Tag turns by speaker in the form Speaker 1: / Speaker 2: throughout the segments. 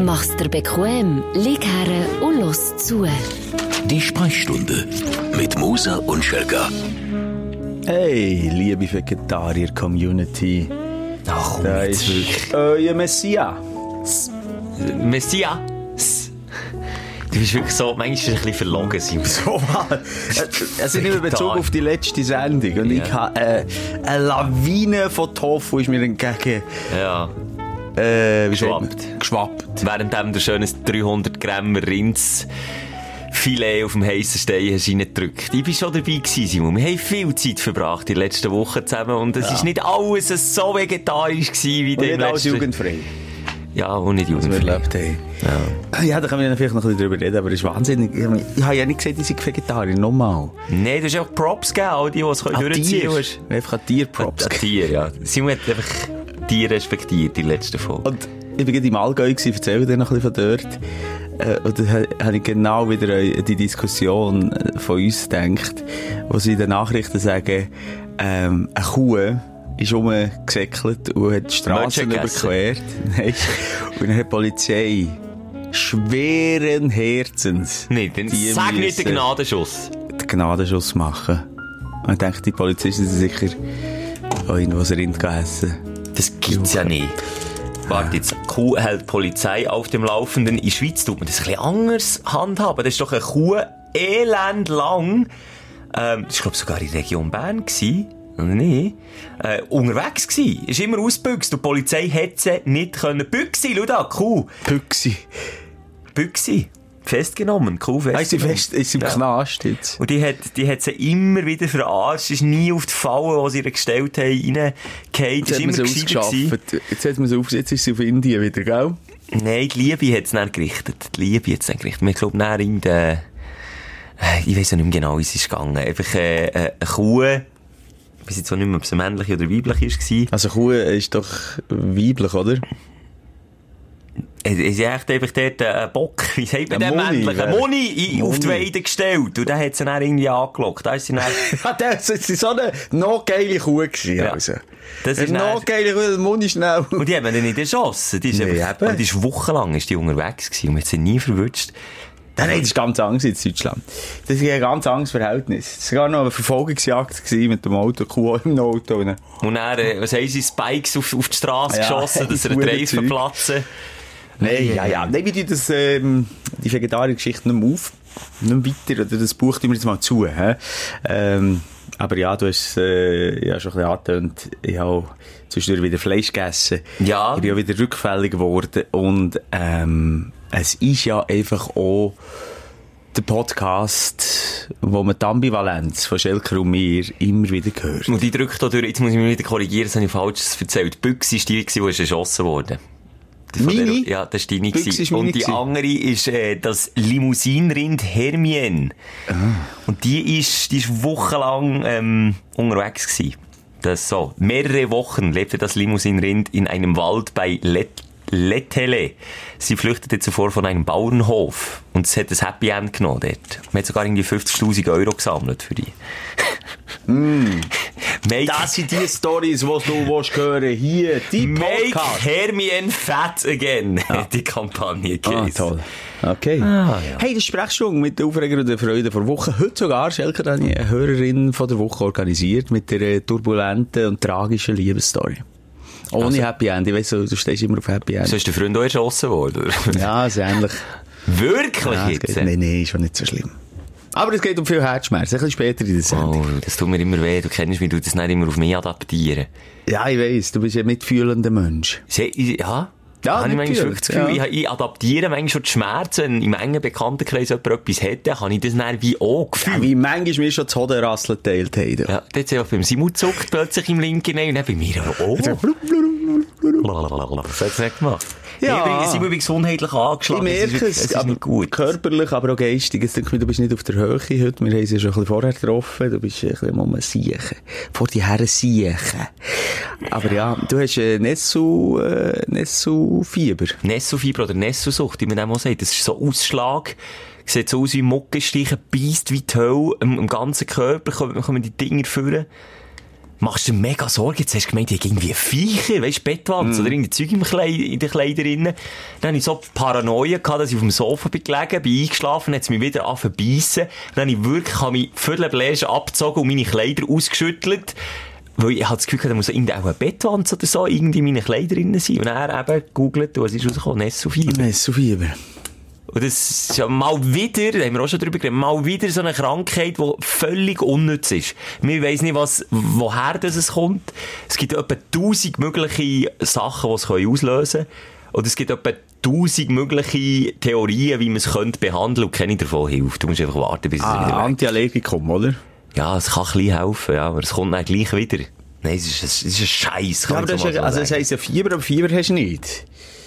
Speaker 1: Mach's dir bequem, lieg her und los zu.
Speaker 2: Die Sprechstunde mit Musa und Schelga.
Speaker 3: Hey, liebe Vegetarier-Community.
Speaker 4: Ach, komm
Speaker 3: Da
Speaker 4: jetzt.
Speaker 3: ist wirklich euer Messias.
Speaker 4: Messias. Du bist wirklich so, manchmal ist es ein bisschen verlogen, Simon.
Speaker 3: Oh Mann. Also ich nehme Bezug auf die letzte Sendung. Und ich
Speaker 4: Ja.
Speaker 3: habe äh, eine Lawine von Tofu ist mir entgegen...
Speaker 4: Ja.
Speaker 3: Äh, wie sagt man?
Speaker 4: Geschwappt.
Speaker 3: Geschwappt.
Speaker 4: Währenddem du schönes 300 Gramm Rinds Filet auf dem heissen Stein hast reingedrückt. Ich war schon dabei gewesen, Simon. Wir haben viel Zeit verbracht die letzten Wochen zusammen und es ist nicht alles so vegetarisch gewesen wie
Speaker 3: Und
Speaker 4: dem
Speaker 3: nicht alles
Speaker 4: letzten...
Speaker 3: jugendfrei.
Speaker 4: Ja, und nicht
Speaker 3: was wir
Speaker 4: jugendfrei.
Speaker 3: erlebt haben. Ja. da können wir dann vielleicht noch ein bisschen drüber reden, aber das ist wahnsinnig. Ich meine, Ich habe ja nicht gesagt, ich sei Vegetarier, nochmal.
Speaker 4: Nein, du hast auch Props gegeben, all die, die
Speaker 3: Ah,
Speaker 4: es können durchziehen können.
Speaker 3: Einfach an Tierprops.
Speaker 4: An Tier, ja. Simon hat einfach Tier respektiert in der letzten Folge.
Speaker 3: Und ich war gerade im Allgäu, gewesen, erzähl dir noch ein bisschen von dort. Äh, Und dann ha- habe ich genau wieder an die Diskussion äh, von uns gedacht, wo sie in den Nachrichten sagen, ähm, eine Kuh ist rumgesäckelt und hat die Straßen
Speaker 4: Menschen gegessen.
Speaker 3: überquert. Nein. Und dann hat die Polizei schweren Herzens
Speaker 4: Nein, dann
Speaker 3: die
Speaker 4: sag nicht
Speaker 3: müssen-
Speaker 4: den Gnadenschuss.
Speaker 3: den Gnadenschuss machen. Und ich denke, die Polizisten sind sicher auch irgendwo ein Rind gegessen.
Speaker 4: Das gibt's ja nicht. Warte jetzt, Kuh hält die Polizei auf dem Laufenden. In der Schweiz tut man das ein bisschen anders handhaben. Das ist doch eine Kuh elend lang. Ähm, das war, glaube sogar in der Region Bern. Gewesen. Oder nicht? Äh, unterwegs gsi, Ist immer ausgebüxt. Und die Polizei hätte sie nicht können. Büchsi, schau da, Kuh.
Speaker 3: Büchse.
Speaker 4: Büchsi. Festgenommen. Kuh festgenommen.
Speaker 3: Heißt sie fest, ist sie im
Speaker 4: Ja.
Speaker 3: Knast jetzt.
Speaker 4: Und die hat, die hat sie immer wieder verarscht. Ist nie auf die Falle, die sie ihr gestellt haben, reingefallen. Ist immer gescheiter gewesen.
Speaker 3: Jetzt hat man sie auf, jetzt ist sie auf Indien wieder, gell?
Speaker 4: Nein, die Liebe hat es dann gerichtet. Die Liebe hat es dann gerichtet. Wir glauben dann in der... Ich weiß ja nicht mehr genau, wie es ist gegangen. Einfach äh, äh, eine Kuh... Ich weiß jetzt auch nicht mehr, ob es eine männliche oder weibliche war.
Speaker 3: Also Kuh ist doch weiblich, oder?
Speaker 4: Es ist echt einfach dort äh, ein Bock, wie sagt man
Speaker 3: Ein
Speaker 4: den
Speaker 3: Muni,
Speaker 4: männlichen?
Speaker 3: wer-
Speaker 4: Moni, in- auf die
Speaker 3: Muni.
Speaker 4: Weide gestellt. Und dann hat sie dann irgendwie angelockt. Da ist sie dann...
Speaker 3: Ah, das war so eine noch geile Kuh. Gewesen,
Speaker 4: Ja.
Speaker 3: also.
Speaker 4: Das ist
Speaker 3: eine
Speaker 4: dann-
Speaker 3: noch geile Kuh, der Mund ist schnell.
Speaker 4: Und die haben dann nicht erschossen. Die ist
Speaker 3: Nee,
Speaker 4: einfach...
Speaker 3: eben.
Speaker 4: Und die ist wochenlang ist die unterwegs gewesen. Und man hat sie nie verwünscht.
Speaker 3: Nein, nein, das ist ganz Angst in Deutschland. Das ist ein ganz anderes Verhältnis. Es war gar noch eine Verfolgungsjagd gewesen mit dem Auto, Kuh im Auto. ne? Und dann-
Speaker 4: Und dann, äh, was haben sie, Spikes auf, auf die Straße
Speaker 3: Ja,
Speaker 4: geschossen, dass er
Speaker 3: hure
Speaker 4: Dreis
Speaker 3: Zeug.
Speaker 4: verplatzen.
Speaker 3: Nein, ja, ja. Nein, wir tun das, ähm, die Vegetarier-Geschichte nicht mehr auf, nicht mehr weiter, oder das Buch tun wir jetzt mal zu. He? Ähm, aber ja, du hast es äh, ja, schon ein bisschen angetönt. Ich habe auch zwischendurch wieder Fleisch gegessen.
Speaker 4: Ja.
Speaker 3: Ich bin ja wieder rückfällig geworden. Und ähm, es ist ja einfach auch der Podcast, wo man die Ambivalenz von Schelker und mir immer wieder hört.
Speaker 4: Und die drückt da durch, jetzt muss ich mich wieder korrigieren, das habe ich falsch erzählt. Die Büchse war die, die ist erschossen worden. Von der-
Speaker 3: Meine?
Speaker 4: Ja, das war deine.
Speaker 3: Büchse
Speaker 4: gewesen.
Speaker 3: ist meine
Speaker 4: Und die
Speaker 3: gewesen.
Speaker 4: andere ist äh, das Limousinenrind Hermien.
Speaker 3: Ah.
Speaker 4: Und die ist, die ist wochenlang ähm, unterwegs gewesen. Das so. Mehrere Wochen lebte das Limousinenrind in einem Wald bei Let Letele. Sie flüchtete zuvor von einem Bauernhof. Und es hat ein Happy End genommen dort. Man hat sogar irgendwie 50'000 Euro gesammelt für die. Make
Speaker 3: Hm. Das sind die Stories, die du willst hören hier. Die
Speaker 4: Make
Speaker 3: Podcast.
Speaker 4: Hermien fat again, die Kampagne
Speaker 3: Ah,
Speaker 4: gewesen.
Speaker 3: toll. Okay.
Speaker 4: Ah,
Speaker 3: Hey, das Sprechstunde mit der Aufreger und der Freude vor Woche. Heute sogar, Schelker, habe ich eine Hörerin von der Woche organisiert mit der äh, turbulenten und tragischen Liebesstory. Ohne Happy End. Ich weiss, du du stehst immer auf Happy End.
Speaker 4: Also- So Also ist der Freund auch erschossen worden. oder?
Speaker 3: ja, ist ähnlich.
Speaker 4: Wirklich
Speaker 3: Ja, es
Speaker 4: jetzt?
Speaker 3: geht- Nein, nein, ist schon nicht so schlimm. Aber es geht um viel Herzschmerz. Ein bisschen später in der Sendung.
Speaker 4: Oh, das tut mir immer weh. Du kennst mich, du das nicht immer auf mich adaptieren.
Speaker 3: Ja, ich weiss, du bist ein mitfühlender Mensch.
Speaker 4: Se- Ja?
Speaker 3: Ja,
Speaker 4: habe ich manchmal
Speaker 3: natürlich,
Speaker 4: wirklich das Gefühl,
Speaker 3: ja.
Speaker 4: ich, ich adaptiere manchmal schon die Schmerzen. Wenn im engen Bekanntenkreis jemand etwas hätte, kann ich das dann wie auch
Speaker 3: Ja,
Speaker 4: gefühlt.
Speaker 3: wie manchmal mir schon das Hodenrasseln geteilt haben.
Speaker 4: Ja, jetzt einfach beim Simon zuckt plötzlich im linken Bein und dann bei mir auch. Lalalala. Das hat es nicht gemacht.
Speaker 3: Ja.
Speaker 4: Ich bin, Simon, ich bin gesundheitlich
Speaker 3: Ich
Speaker 4: angeschlagen. Es ist
Speaker 3: merke
Speaker 4: wirklich-
Speaker 3: es,
Speaker 4: es ist
Speaker 3: aber
Speaker 4: nicht gut.
Speaker 3: körperlich, aber auch geistig. Jetzt denke ich mir, du bist nicht auf der Höhe heute. Wir haben sie ja schon ein bisschen vorher getroffen. Du bist ein bisschen am Siechen. Vor die Herren Siechen. Aber ja, du hast äh, Nessu, äh, Nessu-Fieber.
Speaker 4: Nessofieber oder Nessosucht, wie man dem auch sagt. Das ist so Ausschlag. Sieht so aus wie ähm, Muckenstiche, beißt wie die Hölle am, am ganzen Körper, kommen, kommen die Dinger führen. machst du dir mega Sorgen. Jetzt hast du gemeint, ich habe irgendwie Viecher, weißt du, Bettwanze oder irgendwie Zeug im Kleid, in den Kleiderinnen. Dann hatte ich so Paranoia, gehabt, dass ich auf dem Sofa bin gelegen, bin eingeschlafen, hat es mich wieder angefangen zu beissen. Dann habe ich wirklich, habe mich völlig bläsch abgezogen und meine Kleider ausgeschüttelt. Weil ich hatte das Gefühl, gehabt, da muss irgendwie auch eine Bettwanze oder so irgendwie in meinen Kleiderinnen sein. Und er eben googelt, was ist rausgekommen? Nessofieber.
Speaker 3: Nein, so Fieber.
Speaker 4: Und das ist ja mal wieder, da haben wir auch schon drüber geredet, mal wieder so eine Krankheit, die völlig unnütz ist. Wir weiss nicht, was, woher das es kommt. Es gibt etwa tausend mögliche Sachen, die es können auslösen können. Und es gibt etwa tausend mögliche Theorien, wie man es könnte behandeln und keine davon hilft. Du musst einfach warten, bis es wieder
Speaker 3: Ah,
Speaker 4: weg
Speaker 3: Antiallergikum, oder?
Speaker 4: Ja, es kann ein bisschen helfen, ja, aber es kommt dann gleich wieder. Nein, es ist, es ist ein Scheiß.
Speaker 3: Ja, aber das ist, ja- also es heisst ja Fieber, aber Fieber hast du nicht.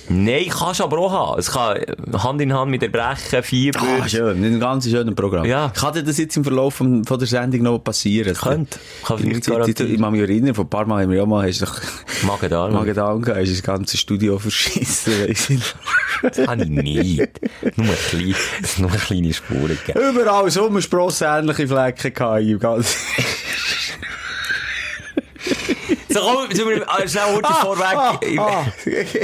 Speaker 4: Nein, kannst aber auch haben. Es kann Hand in Hand mit Erbrechen, Fieber.
Speaker 3: Ah, schön. Ein ganz schönes Programm.
Speaker 4: Ja.
Speaker 3: Kann dir das jetzt im Verlauf von, von der Sendung noch passieren?
Speaker 4: Könnte. Kann
Speaker 3: Ich,
Speaker 4: vielleicht
Speaker 3: ich, ich, ich kann mich erinnern, vor ein paar Mal haben wir ja mal, hast du doch
Speaker 4: Magen-Darm.
Speaker 3: Magen-Darm gehabt, hast du das ganze Studio verschissen. weiss ich noch.
Speaker 4: Habe ich nicht. Nur, klein, nur eine kleine Spuren gegeben.
Speaker 3: Überall Sommerspross-ähnliche Flecken gehabt im ganzen...
Speaker 4: So, komm, sind wir äh, schnell heute vorweg.
Speaker 3: Ah,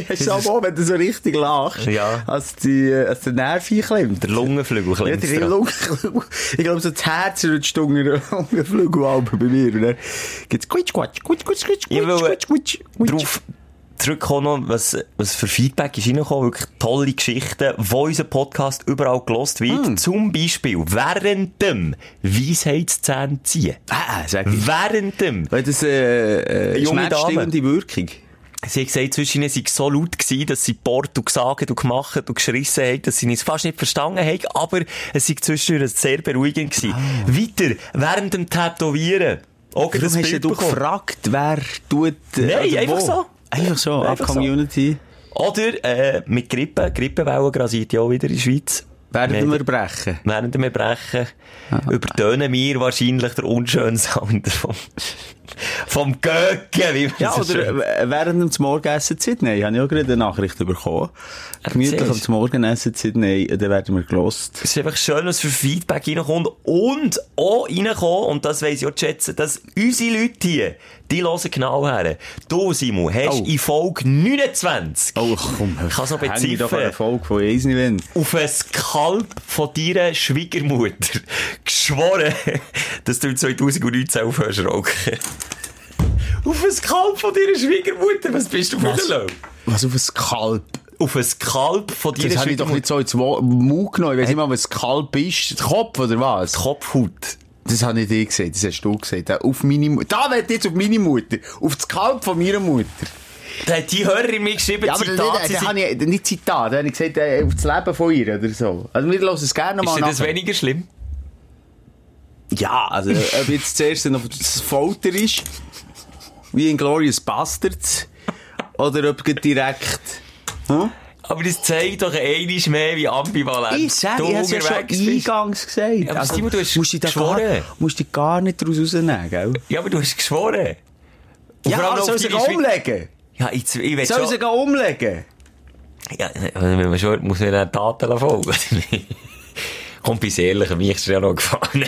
Speaker 3: hast du auch mal, wenn du so richtig lachst,
Speaker 4: Ja.
Speaker 3: als, die, äh, als der Nerv einklemmt.
Speaker 4: Der Lungenflügel
Speaker 3: Ja,
Speaker 4: klemmt
Speaker 3: der
Speaker 4: dran.
Speaker 3: Lunge, ich glaube, so das Herz rutscht unter den Flügelalben bei mir. Und dann gibt's Quitsch, Quatsch, Quitsch, Quitsch, Quitsch,
Speaker 4: Ich will, äh,
Speaker 3: Quitsch, Quitsch, Quitsch, Quitsch.
Speaker 4: Darauf zurückkommen, noch, was, was für Feedback ist reingekommen. Wirklich tolle Geschichten, wo unser Podcast überall gelost wird.
Speaker 3: Hm.
Speaker 4: Zum Beispiel während dem Weisheitszähne ziehen.
Speaker 3: Ah, sag ich.
Speaker 4: Während dem.
Speaker 3: Weil das, äh, äh,
Speaker 4: Junge
Speaker 3: schmerzstillende Wirkung.
Speaker 4: Sie hat gesagt, zwischen ihnen sei so laut gewesen, dass sie Port und gesagt und gemacht und geschrissen haben, dass sie es fast nicht verstanden haben, aber es sei zwischendurch sehr beruhigend gewesen. Weiter, während dem Tätowieren. Auch
Speaker 3: Ah. Warum
Speaker 4: das
Speaker 3: hast
Speaker 4: Bild
Speaker 3: du
Speaker 4: bekommen.
Speaker 3: gefragt, wer tut... äh,
Speaker 4: Nein,
Speaker 3: oder
Speaker 4: einfach
Speaker 3: wo?
Speaker 4: so.
Speaker 3: Einfach so,
Speaker 4: Einfach so.
Speaker 3: eine Community.
Speaker 4: Oder, äh, mit Grippe. Grippewellen grasiert ja auch wieder in der Schweiz.
Speaker 3: Werden
Speaker 4: Nee,
Speaker 3: wir Ah. brechen.
Speaker 4: Während dem Erbrechen übertönen wir wahrscheinlich den unschönen Sound vom, vom Göcken, wie man
Speaker 3: Ja,
Speaker 4: so
Speaker 3: oder
Speaker 4: schön-
Speaker 3: äh, während dem Morgenessen in Sydney, habe ich auch gerade eine Nachricht bekommen. Gemütlich am
Speaker 4: Erzähl's.
Speaker 3: Morgenessen in Sydney, äh, dann werden wir gelost.
Speaker 4: Es ist einfach schön, was für Feedback reinkommt. Und auch reinkommt, und das weiss ich auch zu schätzen, dass unsere Leute hier, die hören genau her. Du, Simon, hast
Speaker 3: Oh.
Speaker 4: in Folge 29
Speaker 3: Oh, komm,
Speaker 4: Ich kann's noch
Speaker 3: häng mich doch
Speaker 4: beziffern.
Speaker 3: an eine Folge von Eisenwind.
Speaker 4: auf ein Kalb von deiner Schwiegermutter geschworen, dass du 2019 aufhörst rauchen. Auf ein Kalb von deiner Schwiegermutter? Was bist du für ein Löw?
Speaker 3: Was auf ein Kalb?
Speaker 4: Auf ein Kalb von deiner
Speaker 3: Das habe ich doch
Speaker 4: Schwiegermutter.
Speaker 3: nicht so ins Wo- Mund genommen. Ich weiß nicht mal, was ein Kalb ist. Der Kopf oder was?
Speaker 4: Kopfhaut.
Speaker 3: Das habe ich dir gesagt, das hast du gesagt. Ja, Auf meine Mutter. Da wird jetzt auf meine Mutter. Auf das Kalb von meiner Mutter.
Speaker 4: Da hat die Hörerin mir geschrieben,
Speaker 3: Ja, aber
Speaker 4: Zitat,
Speaker 3: Zitat,
Speaker 4: sie
Speaker 3: nicht,
Speaker 4: sei-
Speaker 3: da habe ich nicht Zitat, da habe ich gesagt, äh, auf das Leben von ihr oder so. Also wir hören es gerne
Speaker 4: ist
Speaker 3: mal
Speaker 4: dir das
Speaker 3: nach.
Speaker 4: weniger schlimm?
Speaker 3: Ja, also, ob jetzt zuerst noch das Folter ist, wie in Glorious Bastards, oder ob gleich direkt. Hm?
Speaker 4: Aber das zeigt doch einiges mehr, wie ambivalent
Speaker 3: Ich sag,
Speaker 4: du
Speaker 3: ich hab's ja schon
Speaker 4: unterwegs bist.
Speaker 3: eingangs gesagt.
Speaker 4: aber Simon, du hast
Speaker 3: musst dich da gar,
Speaker 4: geschworen.
Speaker 3: musst dich gar nicht daraus rausnehmen, gell?
Speaker 4: Ja, aber du hast geschworen. Und vor allem noch auf deine Schwie-
Speaker 3: umlegen?
Speaker 4: Ja, ich, ich will
Speaker 3: Soll
Speaker 4: schon...
Speaker 3: sie gehen umlegen?
Speaker 4: Ja, wenn man schon muss man dann Taten folgen. Kommt bis ehrlich, mir ist es ja noch gefahren.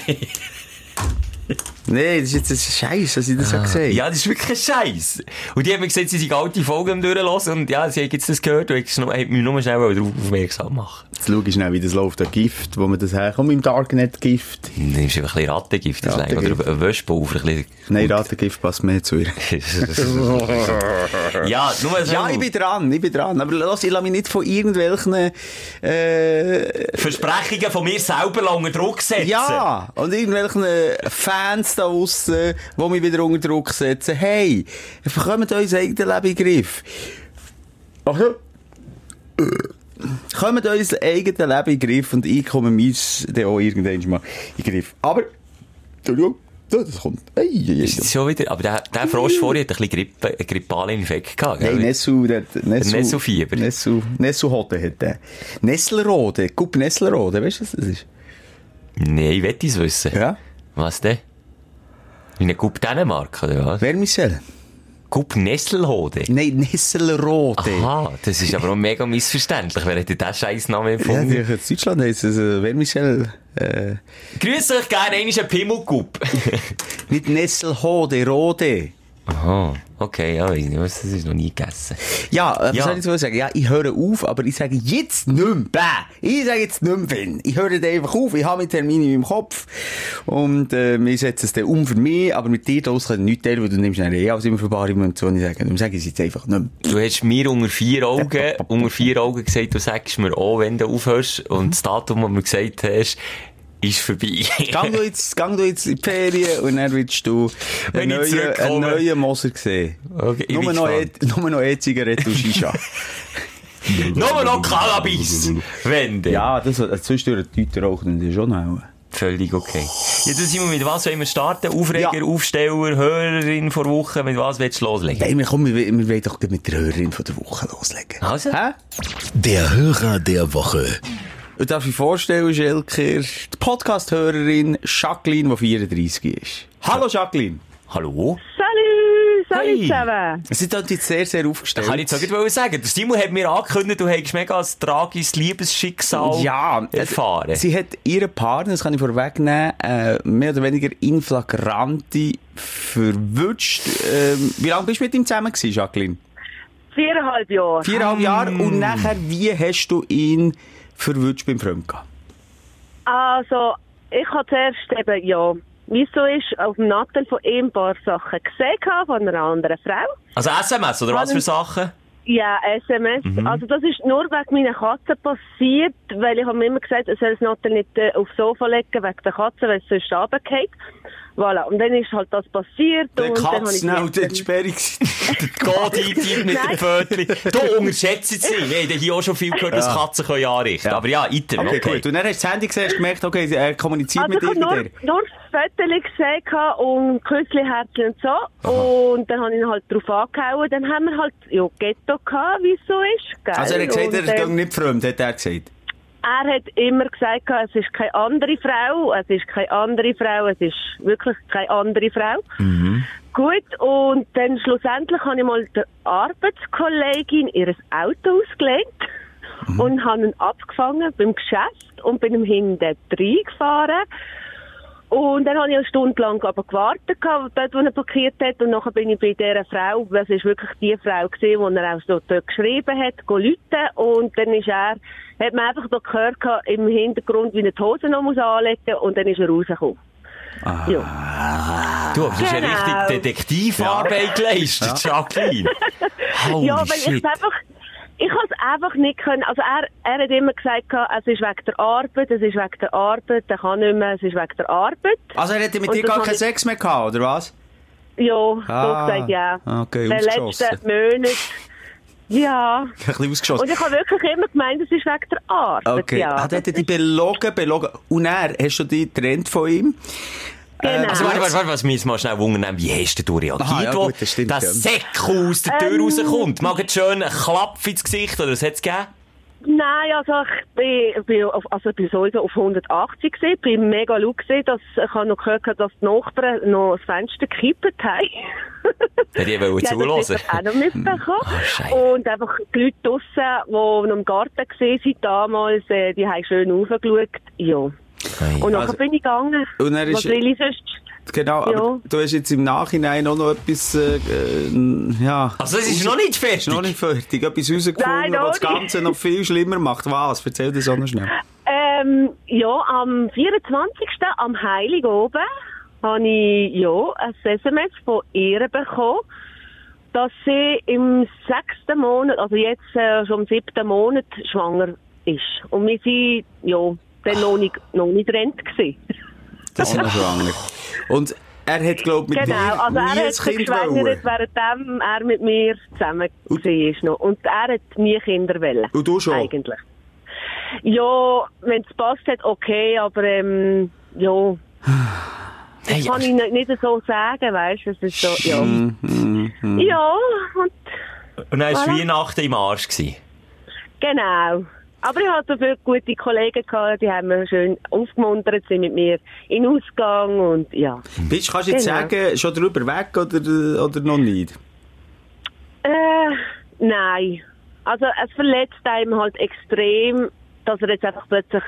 Speaker 3: Nee, das ist jetzt ein Scheiß, dass ich das ah. gesagt
Speaker 4: ja, das ist wirklich ein Scheiß. Und die haben mir gesagt, sie sind alte Folgen am durchlassen und ja, sie haben jetzt das gehört und ich wollte mich nur schnell darauf aufmerksam machen.
Speaker 3: Jetzt schau ich schnell, wie das läuft, der Gift, wo man das herkommt, im Darknet-Gift.
Speaker 4: Du nimmst einfach ein bisschen Rattengift, das Leben.
Speaker 3: Rattengift.
Speaker 4: Oder ein Wäschpulver, ein
Speaker 3: Nein, Ratengift passt mehr zu ihr.
Speaker 4: bisschen. ja, nur
Speaker 3: Ja, ich bin dran, ich bin dran. Aber los, ich lasse mich nicht von irgendwelchen, äh,
Speaker 4: Versprechungen von mir selber lange Druck setzen.
Speaker 3: Ja, und irgendwelchen Fans da draussen, die mich wieder unter Druck setzen. Hey, bekommt unser eigenes Leben in den Griff. Ach ja. Äh. Kommt unser eigenes Leben in den Griff und ich komme meins dann auch irgendwann mal in den Griff. Aber, Entschuldigung, so, das kommt. Ei, ei, ei.
Speaker 4: Ist das schon wieder, aber der, der Frosch vorher hat ein bisschen Grippe, einen grippalen Infekt gehabt.
Speaker 3: Hey,
Speaker 4: gell?
Speaker 3: Nessu, der- Nessu.
Speaker 4: Nessu-Fieber.
Speaker 3: Nessu, Nessu-Hotte hat der. Nesselrode, guck Nesselrode, weißt du, was das ist?
Speaker 4: Nee, ich will es wissen.
Speaker 3: Ja.
Speaker 4: Was denn? In einem Cup Dänemark, oder was?
Speaker 3: Vermicelle.
Speaker 4: Gup Nesselhode.
Speaker 3: Nein, Nesselrode.
Speaker 4: Aha, das ist aber auch mega missverständlich. Wer hat denn diesen Scheissnamen
Speaker 3: Ja,
Speaker 4: empfunden?
Speaker 3: die in Deutschland heisst es, äh, wer Michel, äh,
Speaker 4: Grüß euch gerne, einmal ein Pimmelgup.
Speaker 3: nicht Nesselhode, Rode.
Speaker 4: Aha, okay, ja, weiss nicht, was das ist noch nie gegessen.
Speaker 3: Ja, äh, was
Speaker 4: Ja.
Speaker 3: soll ich jetzt wohl sagen? Ja, ich höre auf, aber ich sage jetzt nicht mehr. Bäh. Ich sage jetzt nicht mehr, wenn. Ich höre dann einfach auf. Ich habe meinen Termin in meinem Kopf. Und, äh, wir setzen es dann um für mich. Aber mit dir los kann ich nichts teilen, weil du nimmst dann eh alles immer für bare Moment zu. Und ich sage, darum sage ich es jetzt einfach nicht mehr.
Speaker 4: Du hast mir unter vier Augen, unter vier Augen gesagt, du sagst mir auch, wenn du aufhörst.
Speaker 3: Mhm.
Speaker 4: Und das Datum, das du mir gesagt hast, ist vorbei.
Speaker 3: Gang du jetzt, gang du jetzt in die Ferien und dann willst du
Speaker 4: Wenn
Speaker 3: einen
Speaker 4: ich
Speaker 3: neuen, einen
Speaker 4: zurückkomme.
Speaker 3: neuen Moser sehen.
Speaker 4: Okay, ich
Speaker 3: nur,
Speaker 4: bin
Speaker 3: noch e,
Speaker 4: gespannt.
Speaker 3: nur noch E-Zigarette und Shisha.
Speaker 4: Nur noch Cannabis. Wenn denn.
Speaker 3: ja, das, das zwischendurch die Leute rauchen, das ist schon auch.
Speaker 4: Völlig okay. Jetzt sind wir mit was wollen wir starten? Aufreger,
Speaker 3: Ja.
Speaker 4: Aufsteller, Hörerin vor Woche, mit was willst du loslegen?
Speaker 3: Nein, wir, komm, wir, wir wollen doch gleich mit der Hörerin von der Woche loslegen.
Speaker 4: Also?
Speaker 3: Hä?
Speaker 2: Der Hörer der Woche.
Speaker 3: Und darf ich vorstellen, ist Elker, die Podcast-Hörerin Jacqueline, die 34 ist. Hallo Jacqueline!
Speaker 4: Hallo?
Speaker 5: Salut, salut
Speaker 4: Hey.
Speaker 5: zusammen.
Speaker 3: Sie hat jetzt sehr, sehr aufgestellt.
Speaker 4: Kann ich jetzt auch gerade sagen. Der Simon hat mir angekündigt, du hättest mega ein tragisches Liebesschicksal
Speaker 3: ja, äh,
Speaker 4: erfahren.
Speaker 3: Sie hat ihren Partner, das kann ich vorwegnehmen, äh, mehr oder weniger in flagranti verwünscht. Ähm, wie lange bist du mit ihm zusammen gewesen, Jacqueline?
Speaker 5: Viereinhalb Jahre.
Speaker 3: Viereinhalb Jahre. Und nachher, wie hast du ihn verwünscht beim Fremdgehen?
Speaker 5: Also, ich habe zuerst eben, ja, wie so ist, auf dem Nattel von ihm ein paar Sachen gesehen gehabt, von einer anderen Frau.
Speaker 4: Also SMS oder was für Sachen?
Speaker 5: Ja, SMS.
Speaker 3: Mhm.
Speaker 5: Also das ist nur wegen meiner Katze passiert, weil ich habe mir immer gesagt, er soll das Nattel nicht äh, aufs Sofa legen wegen der Katze, weil es sonst runterfällt. Voilà. Und dann ist halt das passiert.
Speaker 3: Der
Speaker 5: und dann habe ich
Speaker 3: Katzen und
Speaker 5: gemerkt,
Speaker 3: der Sperrig.
Speaker 4: Gott, ich tippe mit dem
Speaker 5: Nein.
Speaker 4: Pfötli. Du unterschätzt sie. Wir haben hier auch schon viel gehört, dass Katzen können anrichten
Speaker 3: Ja.
Speaker 4: Aber ja, item, okay.
Speaker 3: Okay, gut. Und dann hast du das Handy gesehen, hast gemerkt, okay, er kommuniziert
Speaker 5: Also
Speaker 3: mit
Speaker 5: ich
Speaker 3: dir.
Speaker 5: habe nur,
Speaker 3: mit
Speaker 5: nur Fotos gesehen gehabt und Küsselherzchen und so. Und dann habe ich ihn halt drauf angehauen. Dann haben wir halt ja, Ghetto gehabt, wie es so ist. Gell?
Speaker 3: ihr. Also er hat gesagt,
Speaker 5: Und,
Speaker 3: er
Speaker 5: ähm,
Speaker 3: ist nicht fremd, hat er gesagt.
Speaker 5: er hat immer gesagt, gehabt, es ist keine andere Frau, es ist keine andere Frau, es ist wirklich keine andere Frau.
Speaker 3: Mhm.
Speaker 5: Gut, und dann schlussendlich habe ich mal der Arbeitskollegin ihr Auto ausgelegt
Speaker 3: Mhm.
Speaker 5: und habe ihn abgefangen beim Geschäft und bin ihm hinten reingefahren. Und dann habe ich eine Stunde lang aber gewartet, gehabt, dort, wo er blockiert hat. Und nachher bin ich bei dieser Frau, das ist wirklich die Frau gewesen, die er auch so dort geschrieben hat, gelitten. Und dann ist er, hat man einfach da gehört gehabt, im Hintergrund, wie er die Hose noch muss anlegen muss. Und dann ist er rausgekommen.
Speaker 3: Ah,
Speaker 5: Ja.
Speaker 4: Du, aber das ist ja
Speaker 5: Genau.
Speaker 4: richtig Detektivarbeit geleistet, Jacqueline. Holy
Speaker 5: ja, weil ich
Speaker 4: shit.
Speaker 5: einfach, ich kann es einfach nicht können. Also er, er hat immer gesagt, gehabt, es ist wegen der Arbeit, es ist wegen der Arbeit, er kann nicht mehr, es ist wegen der Arbeit.
Speaker 3: Also er hätte mit
Speaker 5: Und
Speaker 3: dir
Speaker 5: das
Speaker 3: gar
Speaker 5: habe
Speaker 3: keinen
Speaker 5: ich-
Speaker 3: Sex mehr gehabt, oder was?
Speaker 5: Ja,
Speaker 3: Ah,
Speaker 5: so gesagt, ja.
Speaker 3: okay,
Speaker 5: Der
Speaker 3: ausgeschossen.
Speaker 5: letzte Monat. Ja.
Speaker 3: Ein bisschen ausgeschossen.
Speaker 5: Und ich habe wirklich immer gemeint, es ist wegen der Art.
Speaker 3: Okay.
Speaker 5: Ja. Genau.
Speaker 3: Ah, dann hat er dich belogen, belogen. Und er, hast du dich getrennt von ihm?
Speaker 5: Genau.
Speaker 4: Also, warte, warte, warte, was wir jetzt mal schnell wundern, wie hast denn du reagiert,
Speaker 3: Aha, ja,
Speaker 4: wo
Speaker 3: gut, das stimmt,
Speaker 4: der
Speaker 3: ja.
Speaker 4: Säck aus der Tür
Speaker 5: Ähm.
Speaker 4: rauskommt? Mal grad schön einen Klapp ins Gesicht, oder was hat's gegeben?
Speaker 5: Nein, also ich bin, bin auf, also ich bin sowieso auf 180 gesehen, bin mega laut gesehen, dass ich habe noch gehört, habe, dass die Nachbarn noch das Fenster gekippt haben.
Speaker 4: Hätte ich wollen
Speaker 5: Ja, das
Speaker 4: zulassen.
Speaker 5: hab ich auch noch
Speaker 3: Hm.
Speaker 5: mitbekommen.
Speaker 3: Ah,
Speaker 4: Scheiße.
Speaker 5: und einfach die Leute draussen, die noch im Garten gesehen sind damals, äh, die haben schön raufgeschaut. Ja. Und nachher
Speaker 3: Also-
Speaker 5: bin ich gegangen.
Speaker 3: Und er ist-
Speaker 5: Was will ich sonst?
Speaker 3: Genau, aber
Speaker 5: Ja.
Speaker 3: du hast jetzt im Nachhinein auch noch etwas, äh, äh, ja.
Speaker 4: Also, das ist noch nicht
Speaker 3: Ist
Speaker 4: fertig.
Speaker 3: noch nicht fertig. Etwas rausgefunden,
Speaker 5: Nein, noch
Speaker 3: was das
Speaker 5: nicht.
Speaker 3: Ganze noch viel schlimmer macht. Was? Erzähl das auch noch schnell.
Speaker 5: Ähm, ja, am 24. am Heiligabend habe ich ja, ein SMS von ihr bekommen, dass sie im sechsten Monat, also jetzt äh, schon im siebten Monat, schwanger ist. Und wir sind ja, dann noch nicht, noch nicht getrennt gewesen.
Speaker 3: Das ist noch schwanger. Und er hat, glaube ich, mit
Speaker 5: Genau,
Speaker 3: dir
Speaker 5: also
Speaker 3: nie
Speaker 5: er
Speaker 3: ein
Speaker 5: hat sich
Speaker 3: Kind
Speaker 5: geschwängert,
Speaker 3: wollen.
Speaker 5: währenddem er mit mir zusammen war. noch. Und er hat nie Kinder wollen.
Speaker 3: Und du schon?
Speaker 5: Eigentlich. Ja, wenn es passt hat, okay, aber ähm, ja,
Speaker 4: Hey,
Speaker 5: kann ich nicht, nicht so sagen, weißt du, es ist so, ja.
Speaker 3: Mhm,
Speaker 5: Ja, und
Speaker 4: Und dann war
Speaker 5: Voilà.
Speaker 4: Weihnachten im Arsch. Gewesen.
Speaker 5: genau. Aber ich hatte viele gute Kollegen, gehabt, die haben mich schön aufgemuntert, sind mit mir in den Ausgang und ja.
Speaker 3: Bist, kannst du jetzt
Speaker 5: Genau.
Speaker 3: sagen, schon drüber weg oder, oder noch nicht?
Speaker 5: Äh, nein. Also es verletzt einem halt extrem, dass er jetzt einfach plötzlich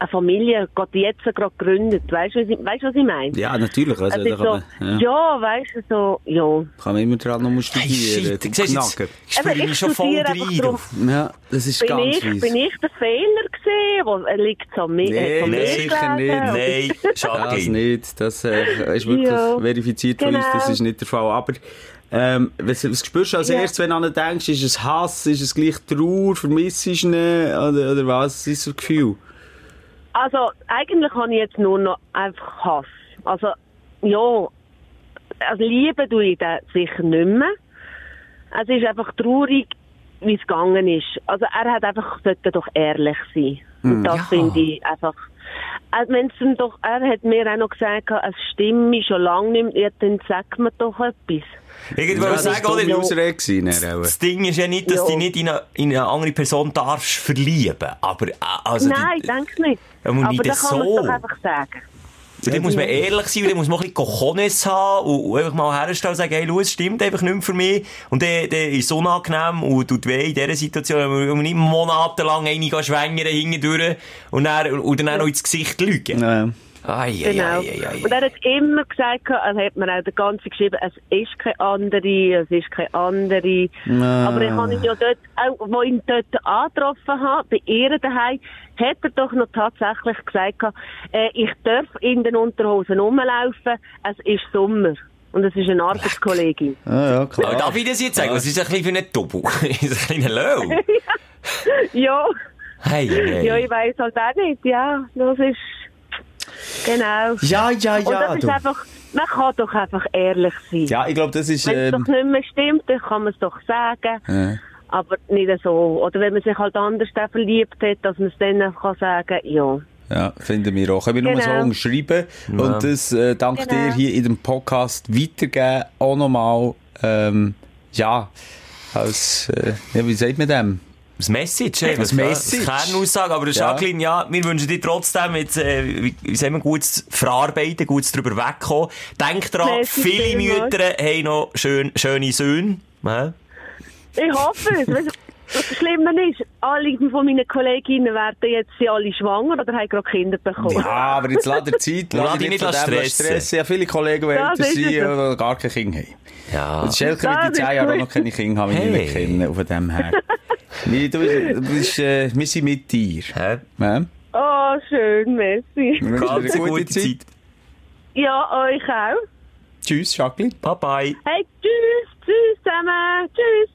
Speaker 5: eine Familie gerade jetzt gerade gründet. Weißt du, was ich- weißt du, was ich meine?
Speaker 3: Ja, natürlich. Also,
Speaker 5: es ist
Speaker 3: da
Speaker 5: so,
Speaker 3: kann,
Speaker 5: ja,
Speaker 3: man, ja,
Speaker 5: weißt du, so, ja.
Speaker 3: kann man immer dran noch
Speaker 4: Hey,
Speaker 3: studieren.
Speaker 4: shit,
Speaker 3: Hey,
Speaker 4: ich sehe jetzt,
Speaker 3: knacken.
Speaker 4: ich spüre
Speaker 5: Eben, ich
Speaker 4: mich schon voll
Speaker 5: studiere einfach
Speaker 4: rein.
Speaker 5: drum.
Speaker 4: du.
Speaker 3: Ja, das ist
Speaker 5: Bin
Speaker 3: ganz
Speaker 5: ich,
Speaker 3: weiss.
Speaker 5: bin ich der Fehler gewesen? Wo, er liegt so mir.
Speaker 3: Nee,
Speaker 5: so
Speaker 4: nee,
Speaker 3: sicher nicht.
Speaker 4: Nein,
Speaker 3: Das
Speaker 4: Jacqueline.
Speaker 3: nicht, das äh, ist wirklich
Speaker 5: Ja.
Speaker 3: verifiziert von uns,
Speaker 5: Genau.
Speaker 3: das ist nicht der Fall. Aber ähm, was, was spürst du als
Speaker 5: Ja.
Speaker 3: erstes, wenn du an ihn denkst? Ist es Hass, ist es gleich Trauer, vermisst du ihn oder, oder was ist das Gefühl?
Speaker 5: Also, eigentlich habe ich jetzt nur noch einfach Hass. Also, ja, also lieben tue ich den sicher nicht mehr. Es ist einfach traurig, wie es gegangen ist. Also, er hat einfach, sollte doch ehrlich sein. Und das finde ich einfach. Also, wenn's ihm doch, er hat mir auch noch gesagt, es stimme schon lange nicht mehr, ja, dann sagt man doch etwas.
Speaker 4: Ich wollte
Speaker 3: das war
Speaker 4: sagen,
Speaker 3: eine dumme
Speaker 4: oder?
Speaker 3: Ausrede gewesen, dann, aber.
Speaker 4: Das Ding ist ja nicht, dass
Speaker 5: Ja.
Speaker 4: du dich nicht in eine, in eine andere Person darfst verlieben. Aber, äh, also,
Speaker 5: Nein,
Speaker 4: die,
Speaker 5: denk's nicht.
Speaker 4: Ja, aber
Speaker 5: Aber
Speaker 4: nicht
Speaker 5: dann kann man es
Speaker 4: so.
Speaker 5: doch einfach sagen.
Speaker 4: Und dann muss man ehrlich sein, und dann muss man ein bisschen Cojones haben und, und einfach mal herstellen und sagen, hey, Louis, es stimmt einfach nicht mehr für mich. Und dann, dann ist es unangenehm und tut weh in dieser Situation, wenn man nicht monatelang eine kann schwängern hindurch und dann, und dann auch noch ins Gesicht lügen.
Speaker 3: Ja.
Speaker 4: Ai, ai,
Speaker 5: Genau.
Speaker 4: ai, ai, ai.
Speaker 5: Und er hat immer gesagt, er hat mir auch den ganzen geschrieben, es ist keine andere, es ist keine andere.
Speaker 3: Nein.
Speaker 5: Aber ich habe ihn ja dort, auch, wo ich ihn dort angetroffen habe, bei ihr daheim, hat er doch noch tatsächlich gesagt, äh, ich darf in den Unterhosen rumlaufen, es ist Sommer. Und es ist eine Arbeitskollegin.
Speaker 3: Ah, ja,
Speaker 4: Aber darf
Speaker 3: klar.
Speaker 4: ich das jetzt sagen? Das ist ein bisschen für einen Double. Das ist ein kleiner Löw.
Speaker 5: ja,
Speaker 4: Hey,
Speaker 5: ja,
Speaker 4: hey.
Speaker 5: ich weiß halt auch nicht, ja, das ist, genau.
Speaker 3: Ja, ja,
Speaker 5: Und
Speaker 3: ja.
Speaker 5: das ist
Speaker 3: du.
Speaker 5: einfach, man kann doch einfach ehrlich sein.
Speaker 3: Ja, ich glaube, das ist.
Speaker 5: Wenn es
Speaker 3: Ähm,
Speaker 5: doch nicht mehr stimmt, dann kann man es doch sagen.
Speaker 3: Ja.
Speaker 5: Aber nicht so. Oder wenn man sich halt anders dann verliebt hat, dass man es dann kann sagen ja.
Speaker 3: Ja, finden wir auch. Können wir nur
Speaker 5: Genau.
Speaker 3: so umschreiben und das äh, dank
Speaker 5: Genau.
Speaker 3: dir hier in dem Podcast weitergeben, auch nochmal, ähm, ja, als, äh, ja, wie sagt man dem?
Speaker 4: Das Message, hey.
Speaker 3: Das
Speaker 4: was-
Speaker 3: Message.
Speaker 4: Das Kernaussage. Aber
Speaker 3: Ja.
Speaker 4: Jacqueline, ja, wir wünschen dir trotzdem jetzt, äh, wie, wie sagen wir, gutes Verarbeiten, gutes drüber wegkommen. Denk dran,
Speaker 5: Merci
Speaker 4: viele
Speaker 5: vielmals.
Speaker 4: Mütter haben noch schön, schöne Söhne. Ja.
Speaker 5: Ich hoffe es. Weißt du, Was schlimmer ist, alle von meinen Kolleginnen werden jetzt sie alle schwanger oder haben gerade Kinder bekommen.
Speaker 3: Ja, aber jetzt lass dir Zeit,
Speaker 4: Lass dich nicht
Speaker 3: von
Speaker 4: lassen
Speaker 3: dem
Speaker 4: stressen.
Speaker 3: Ja, viele Kollegen, die älter
Speaker 5: ist
Speaker 3: sind,
Speaker 5: es.
Speaker 3: die gar kein Kind haben.
Speaker 4: ja.
Speaker 3: Und es ist älter, weil die
Speaker 5: Das ist
Speaker 3: 10 Jahre auch
Speaker 5: gut.
Speaker 3: noch keine Kinder haben, die
Speaker 4: Hey.
Speaker 3: ich nicht kennen, auf dem her. Nee, du bist, du bist äh, wir sind mit dir.
Speaker 4: Hä?
Speaker 3: Ja?
Speaker 5: Oh, schön, merci.
Speaker 3: Wir wünschen dir
Speaker 4: Ganz gute Zeit.
Speaker 5: Ja, euch auch.
Speaker 3: Tschüss, Jacqueline.
Speaker 4: Bye-bye.
Speaker 5: Hey, tschüss, tschüss zusammen, tschüss.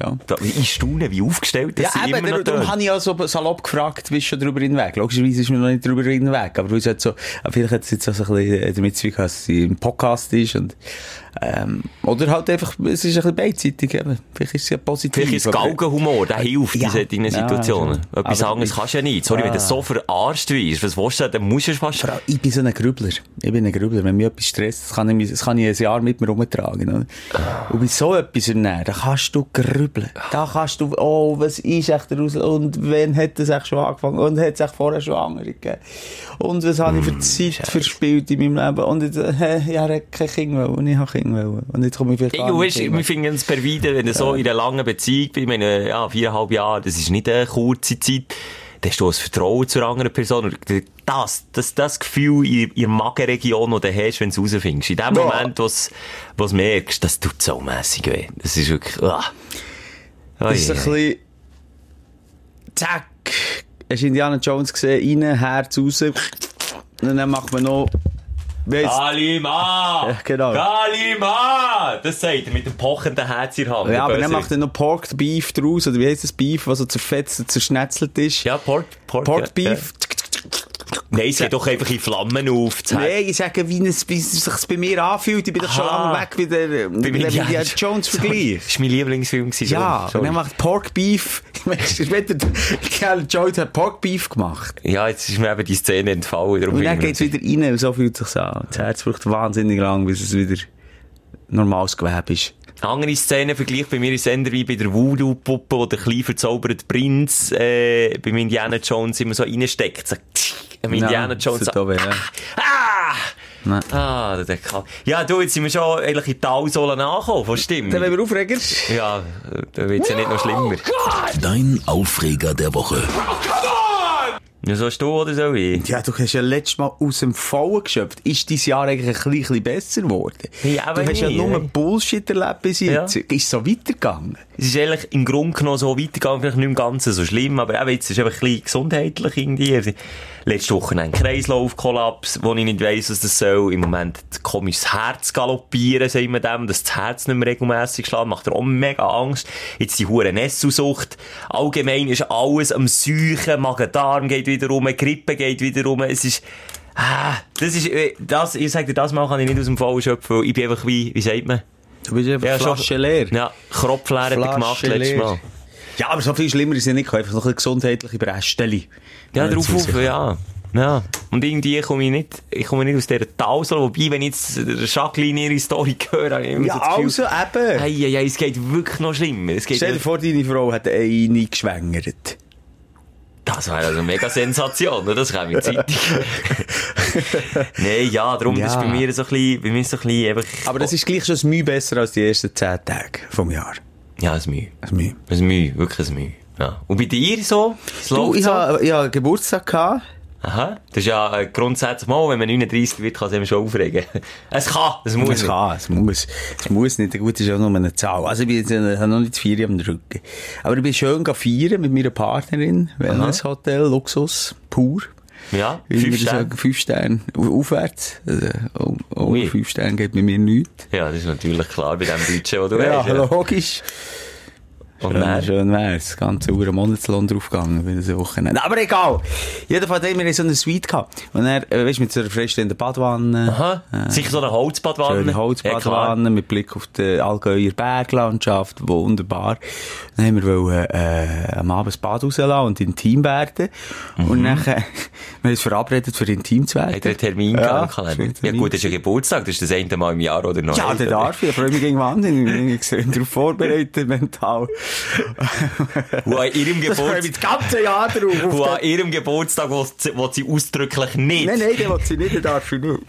Speaker 3: Ja.
Speaker 4: Da- Ich staune, wie aufgestellt das
Speaker 3: ja,
Speaker 4: sind
Speaker 3: eben,
Speaker 4: immer noch
Speaker 3: darum, darum
Speaker 4: dort.
Speaker 3: habe ich ja so salopp gefragt, bist du schon drüber hinweg? Logischerweise ist man noch nicht drüber hinweg, aber weil es halt so, vielleicht hat es jetzt auch so ein bisschen äh, damit zu tun, gehabt, dass sie im Podcast ist und, ähm, oder halt einfach, es ist ein bisschen beidseitig eben. Vielleicht ist es ja positiv.
Speaker 4: Vielleicht ist
Speaker 3: aber-
Speaker 4: Galgenhumor, der hilft
Speaker 3: Ja.
Speaker 4: in solchen
Speaker 3: Ja,
Speaker 4: Situationen.
Speaker 3: schon.
Speaker 4: Etwas
Speaker 3: Aber-
Speaker 4: anderes kannst du ja nicht. Sorry, wenn du so verarscht wirst, was willst du, denn? dann musst du es fast...
Speaker 3: Vor allem, Ich bin so ein Grübler. Ich bin ein Grübler. Wenn mich etwas stresst, das kann ich, mich- das kann ich ein Jahr mit mir rumtragen. Oder? Und bei so etwas im Nähe, da kannst du grübeln. Da kannst du, oh, was ist echt der Ausland? Und wann hat das echt schon angefangen? Und hat es echt vorher schon andere gegeben? Und was habe ich für Zeit verspielt in meinem Leben? Und jetzt, äh, ich habe kein Kind wollen. Und ich habe Kind wollen. Und jetzt komme ich vielleicht
Speaker 4: Ich
Speaker 3: gar nicht
Speaker 4: weißt,
Speaker 3: hin.
Speaker 4: wir finden es perfide, wenn du so in einer langen Beziehung bist, ich meine, ja, viereinhalb Jahre, das ist nicht eine kurze Zeit, dann hast du das Vertrauen zur anderen Person. Und Das, das, das Gefühl in in der Magenregion, das du hast, wenn du es herausfindest, in dem Moment, wo du es merkst, das tut so mässig weh. Das ist wirklich... Ah. Oh,
Speaker 3: Das ist ein bisschen. Zack! Hast du Indiana Jones gesehen? Rein, Herz raus. Und dann macht man noch. Weiss,
Speaker 4: Kalima!
Speaker 3: Ja, genau.
Speaker 4: Kalima! Das sagt er mit dem pochenden Herz in der Hand.
Speaker 3: Ja,
Speaker 4: der
Speaker 3: aber dann
Speaker 4: Böse.
Speaker 3: macht er noch Porked Beef draus, oder wie heisst das Beef, was so zerfetzt und zerschnetzelt ist?
Speaker 4: Ja, Port, Port,
Speaker 3: Porked
Speaker 4: ja,
Speaker 3: Beef.
Speaker 4: Ja. Nein, es geht doch einfach in Flammen auf. das Herz.
Speaker 3: Nein, ich sage, wie es wie es sich bei mir anfühlt. Ich bin doch schon
Speaker 4: Aha.
Speaker 3: lange weg wie der, wie der Indiana Jones
Speaker 4: Sorry,
Speaker 3: Vergleich.
Speaker 4: Das war mein Lieblingsfilm. gewesen,
Speaker 3: Ja,
Speaker 4: sorry.
Speaker 3: und dann macht Pork Beef. Weisst du, Später, Indiana Jones hat Pork Beef gemacht.
Speaker 4: ja, jetzt ist mir eben die Szene entfallen. Darum
Speaker 3: Und dann
Speaker 4: bin
Speaker 3: geht
Speaker 4: ich
Speaker 3: es wieder rein und so fühlt es sich an. Das Herz braucht wahnsinnig lang, bis es wieder normales Gewebe ist.
Speaker 4: Eine andere Szene vergleicht bei mir ist Sender wie bei der Voodoo-Puppe, wo der klein verzauberte Prinz äh, beim Indiana Jones immer so reinsteckt. So, tsch, am Indiana
Speaker 3: Ja,
Speaker 4: Jones.
Speaker 3: das tut
Speaker 4: So,
Speaker 3: auch weh, ja.
Speaker 4: ah!
Speaker 3: Nein.
Speaker 4: Ah, der Dekan. Ja, du, jetzt sind wir schon eigentlich in die Talsohle angekommen, von Stimmen.
Speaker 3: Dann wollen wir Aufreger.
Speaker 4: Ja, äh, dann wird's ja nicht noch schlimmer.
Speaker 2: Dein Aufreger der Woche.
Speaker 4: Ja, so hast du oder so ich?
Speaker 3: Ja, du hast ja letztes Mal aus dem Fallen geschöpft. Ist dein Jahr eigentlich ein bisschen- bisschen besser geworden?
Speaker 4: Hey, aber
Speaker 3: du hast ja
Speaker 4: nie,
Speaker 3: nur
Speaker 4: hey.
Speaker 3: Bullshit erlebt bis
Speaker 4: Ja.
Speaker 3: jetzt. Ist so weitergegangen?
Speaker 4: Es ist eigentlich im Grunde genommen so weitergegangen, vielleicht nicht im Ganzen so schlimm, aber eben jetzt ist es einfach ein bisschen gesundheitlich irgendwie. Letzte Woche ein Kreislaufkollaps, wo ich nicht weiss, was das soll. Im Moment komisches Herz galoppieren, sagen wir dem, dass das Herz nicht mehr regelmässig schlägt, macht er auch mega Angst. Jetzt die hure Nessusucht. Allgemein ist alles am Seuchen, Magen-Darm geht wieder rum, Grippe geht wieder rum, es ist, Ah, das ist, äh, das, ich sag dir, das mal kann ich nicht aus dem Fall schöpfen, weil ich bin einfach wie, wie sagt man?
Speaker 3: Du bist einfach
Speaker 4: Ja,
Speaker 3: Flasche leer.
Speaker 4: Ja, Kropfleer hat er
Speaker 3: Flasche
Speaker 4: gemacht letztes
Speaker 3: leer.
Speaker 4: Mal.
Speaker 3: Ja, aber so viel schlimmer ist es nicht. gekommen. Einfach noch ein bisschen gesundheitliche Brästchen.
Speaker 4: Ja,
Speaker 3: Wenn
Speaker 4: drauf
Speaker 3: es
Speaker 4: auf,
Speaker 3: rauskommt.
Speaker 4: ja. Ja. Und irgendwie komme ich nicht, ich komme nicht aus dieser Tausel, wobei, wenn ich jetzt der Jacqueline ihre Story höre, habe ich immer
Speaker 3: Ja,
Speaker 4: so das Gefühl, äh,
Speaker 3: also eben.
Speaker 4: ei, ei, ei, es geht wirklich noch schlimmer. Es geht
Speaker 3: Stell dir
Speaker 4: wirklich-
Speaker 3: vor, deine Frau hat eine geschwängert.
Speaker 4: das wäre also eine mega Sensation, oder? das käme in die Zeitung. Nein, ja, dus darum, das ist
Speaker 3: Ja.
Speaker 4: bei mir so ein bisschen, bei mir so ein bisschen einfach,
Speaker 3: Aber das ist gleich schon ein Mühe besser als die ersten 10 Tage vom Jahr.
Speaker 4: ja, ein Mühe.
Speaker 3: Ein Mühe.
Speaker 4: Ein Mühe, wirklich ein Mühe. Ja. Und bei dir so? Es
Speaker 3: Du,
Speaker 4: läuft
Speaker 3: ich
Speaker 4: so?
Speaker 3: habe ja, Geburtstag gehabt.
Speaker 4: Aha, das ist ja äh, grundsätzlich mal, wenn man 39 wird, kann es eben schon aufregen. Es kann, es muss.
Speaker 3: Es
Speaker 4: nicht.
Speaker 3: kann, es muss. Es muss nicht. Gut, es ist auch nur eine Zahl. Also, ich bin jetzt, ich habe noch nicht vier am Rücken. Aber ich bin schön gegangen feiern mit meiner Partnerin. Wellnesshotel, Luxus, pur.
Speaker 4: Ja,
Speaker 3: Wie
Speaker 4: fünf
Speaker 3: wir
Speaker 4: Sterne.
Speaker 3: sagen, fünf Sterne au- aufwärts. Also, um,
Speaker 4: Ui.
Speaker 3: fünf Sterne geht bei mir nichts.
Speaker 4: Ja, das ist natürlich klar bei dem Budget, das du
Speaker 3: Ja,
Speaker 4: hast. ja. Oh,
Speaker 3: logisch.
Speaker 4: Und
Speaker 3: Schön,
Speaker 4: dann,
Speaker 3: schön wär's. Das ganze Uhr Monatslohn draufgegangen, wenn es eine Woche Aber egal. Jedenfalls hatten wir so eine Suite gehabt. Und er, äh, weißt du, mit so einer freistehenden Badwanne.
Speaker 4: aha, sicher so eine Holzbadwanne.
Speaker 3: Schöne
Speaker 4: klar.
Speaker 3: Holzbadwanne mit Blick auf die Allgäuer Berglandschaft, wunderbar. Dann haben wir wollen, äh, am Abend das Bad rauslassen und intim werden. Und nachher, wir haben uns verabredet, für intim zu werden.
Speaker 4: Hat er Mhm. einen Termin
Speaker 3: ja,
Speaker 4: gehabt? im Kalender? Ja
Speaker 3: Termin.
Speaker 4: gut, das ist ja Geburtstag, das ist das eine Mal im Jahr oder noch.
Speaker 3: Ja,
Speaker 4: nicht,
Speaker 3: der
Speaker 4: oder?
Speaker 3: darf ich. Ich freue mich gegen Wahnsinn. Ich bin extrem darauf vorbereitet, mental.
Speaker 4: Wo an ihrem
Speaker 3: Das freue
Speaker 4: Geburtstag,
Speaker 3: ich mich das ganze Jahr drauf. auf
Speaker 4: wo
Speaker 3: den-
Speaker 4: an ihrem Geburtstag, wo sie, wo sie ausdrücklich nicht.
Speaker 3: Nein, nein, den will sie nicht, den darf ich nicht.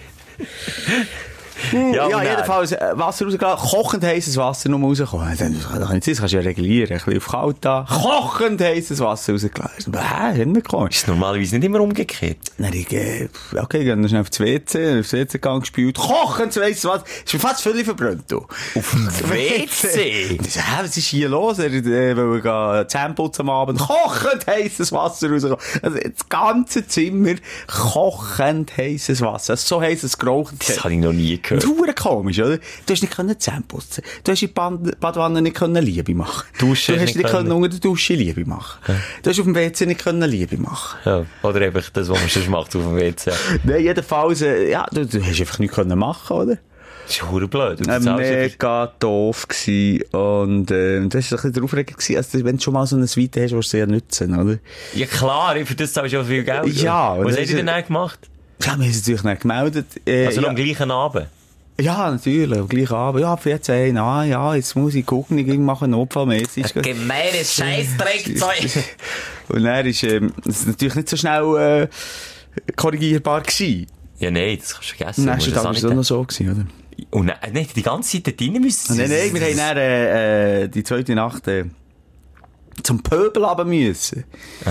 Speaker 3: Ja,
Speaker 4: und dann?
Speaker 3: jedenfalls äh, Wasser rausgelassen, kochend heißes Wasser nur rausgekommen. Dann kann doch nicht sein, das kannst du ja regulieren, ein bisschen auf kalt da. Kochend heißes Wasser rausgelassen. Hä, hingekommen.
Speaker 4: Ist normalerweise nicht immer umgekehrt.
Speaker 3: Dann ich, äh, okay, ich gehe noch schnell aufs WC, aufs WC-Gang gespielt. Kochend heißes Wasser, ist mir fast völlig verbrannt, du.
Speaker 4: Auf dem WC?
Speaker 3: Ich so, hä, was ist hier los? Er äh, will gehen Zähne putzen am Abend. Kochend heißes Wasser rausgekommen. Also, das ganze Zimmer, kochend heißes Wasser. Also, so heiß es geraucht hat.
Speaker 4: Das habe ich noch nie gehört.
Speaker 3: Hure komisch, oder? Du hast nicht können Zähne putzen. Du hast in die Bad Badwanne nicht können Liebe machen.
Speaker 4: Duschen
Speaker 3: du hast
Speaker 4: nicht
Speaker 3: nicht können
Speaker 4: können.
Speaker 3: unter der Dusche Liebe machen. Du hast auf dem WC nicht können Liebe machen.
Speaker 4: Ja, oder einfach das, was man sonst macht auf dem WC.
Speaker 3: Nein, jedenfalls, äh, ja, du, du hast einfach nichts können machen, oder?
Speaker 4: Das ist hure blöd. Du
Speaker 3: Äh,
Speaker 4: zahlst einfach-
Speaker 3: mega doof gsi und ähm, das war ein bisschen der Aufreger gewesen. Also, wenn du schon mal so eine Suite hast, willst du sie ja nützen, oder?
Speaker 4: Ja klar, für das zahlst du ja viel Geld.
Speaker 3: Ja, aber
Speaker 4: Was
Speaker 3: das
Speaker 4: habt ihr
Speaker 3: ist-
Speaker 4: denn dann gemacht?
Speaker 3: Ja, wir haben es natürlich nicht gemeldet. Äh,
Speaker 4: Also noch
Speaker 3: ja,
Speaker 4: am gleichen Abend.
Speaker 3: ja, natürlich, am gleichen Abend. Ja, ab 14, ah ja, jetzt muss ich gucken, ich mache einen Notfallmäßig.
Speaker 4: Gemeines Scheißdreckzeug.
Speaker 3: Und er ist ähm, das ist natürlich nicht so schnell äh, korrigierbar gewesen.
Speaker 4: ja, nein, das kannst du vergessen.
Speaker 3: Am
Speaker 4: Du
Speaker 3: nächsten
Speaker 4: musst das
Speaker 3: Tag war
Speaker 4: auch
Speaker 3: es
Speaker 4: nicht-
Speaker 3: auch noch so, gewesen, oder?
Speaker 4: Und nein, nein, die ganze Zeit da rein müssen.
Speaker 3: Nein, nein, wir haben dann äh, äh, die zweite Nacht äh, zum Pöbel runter müssen. Oh.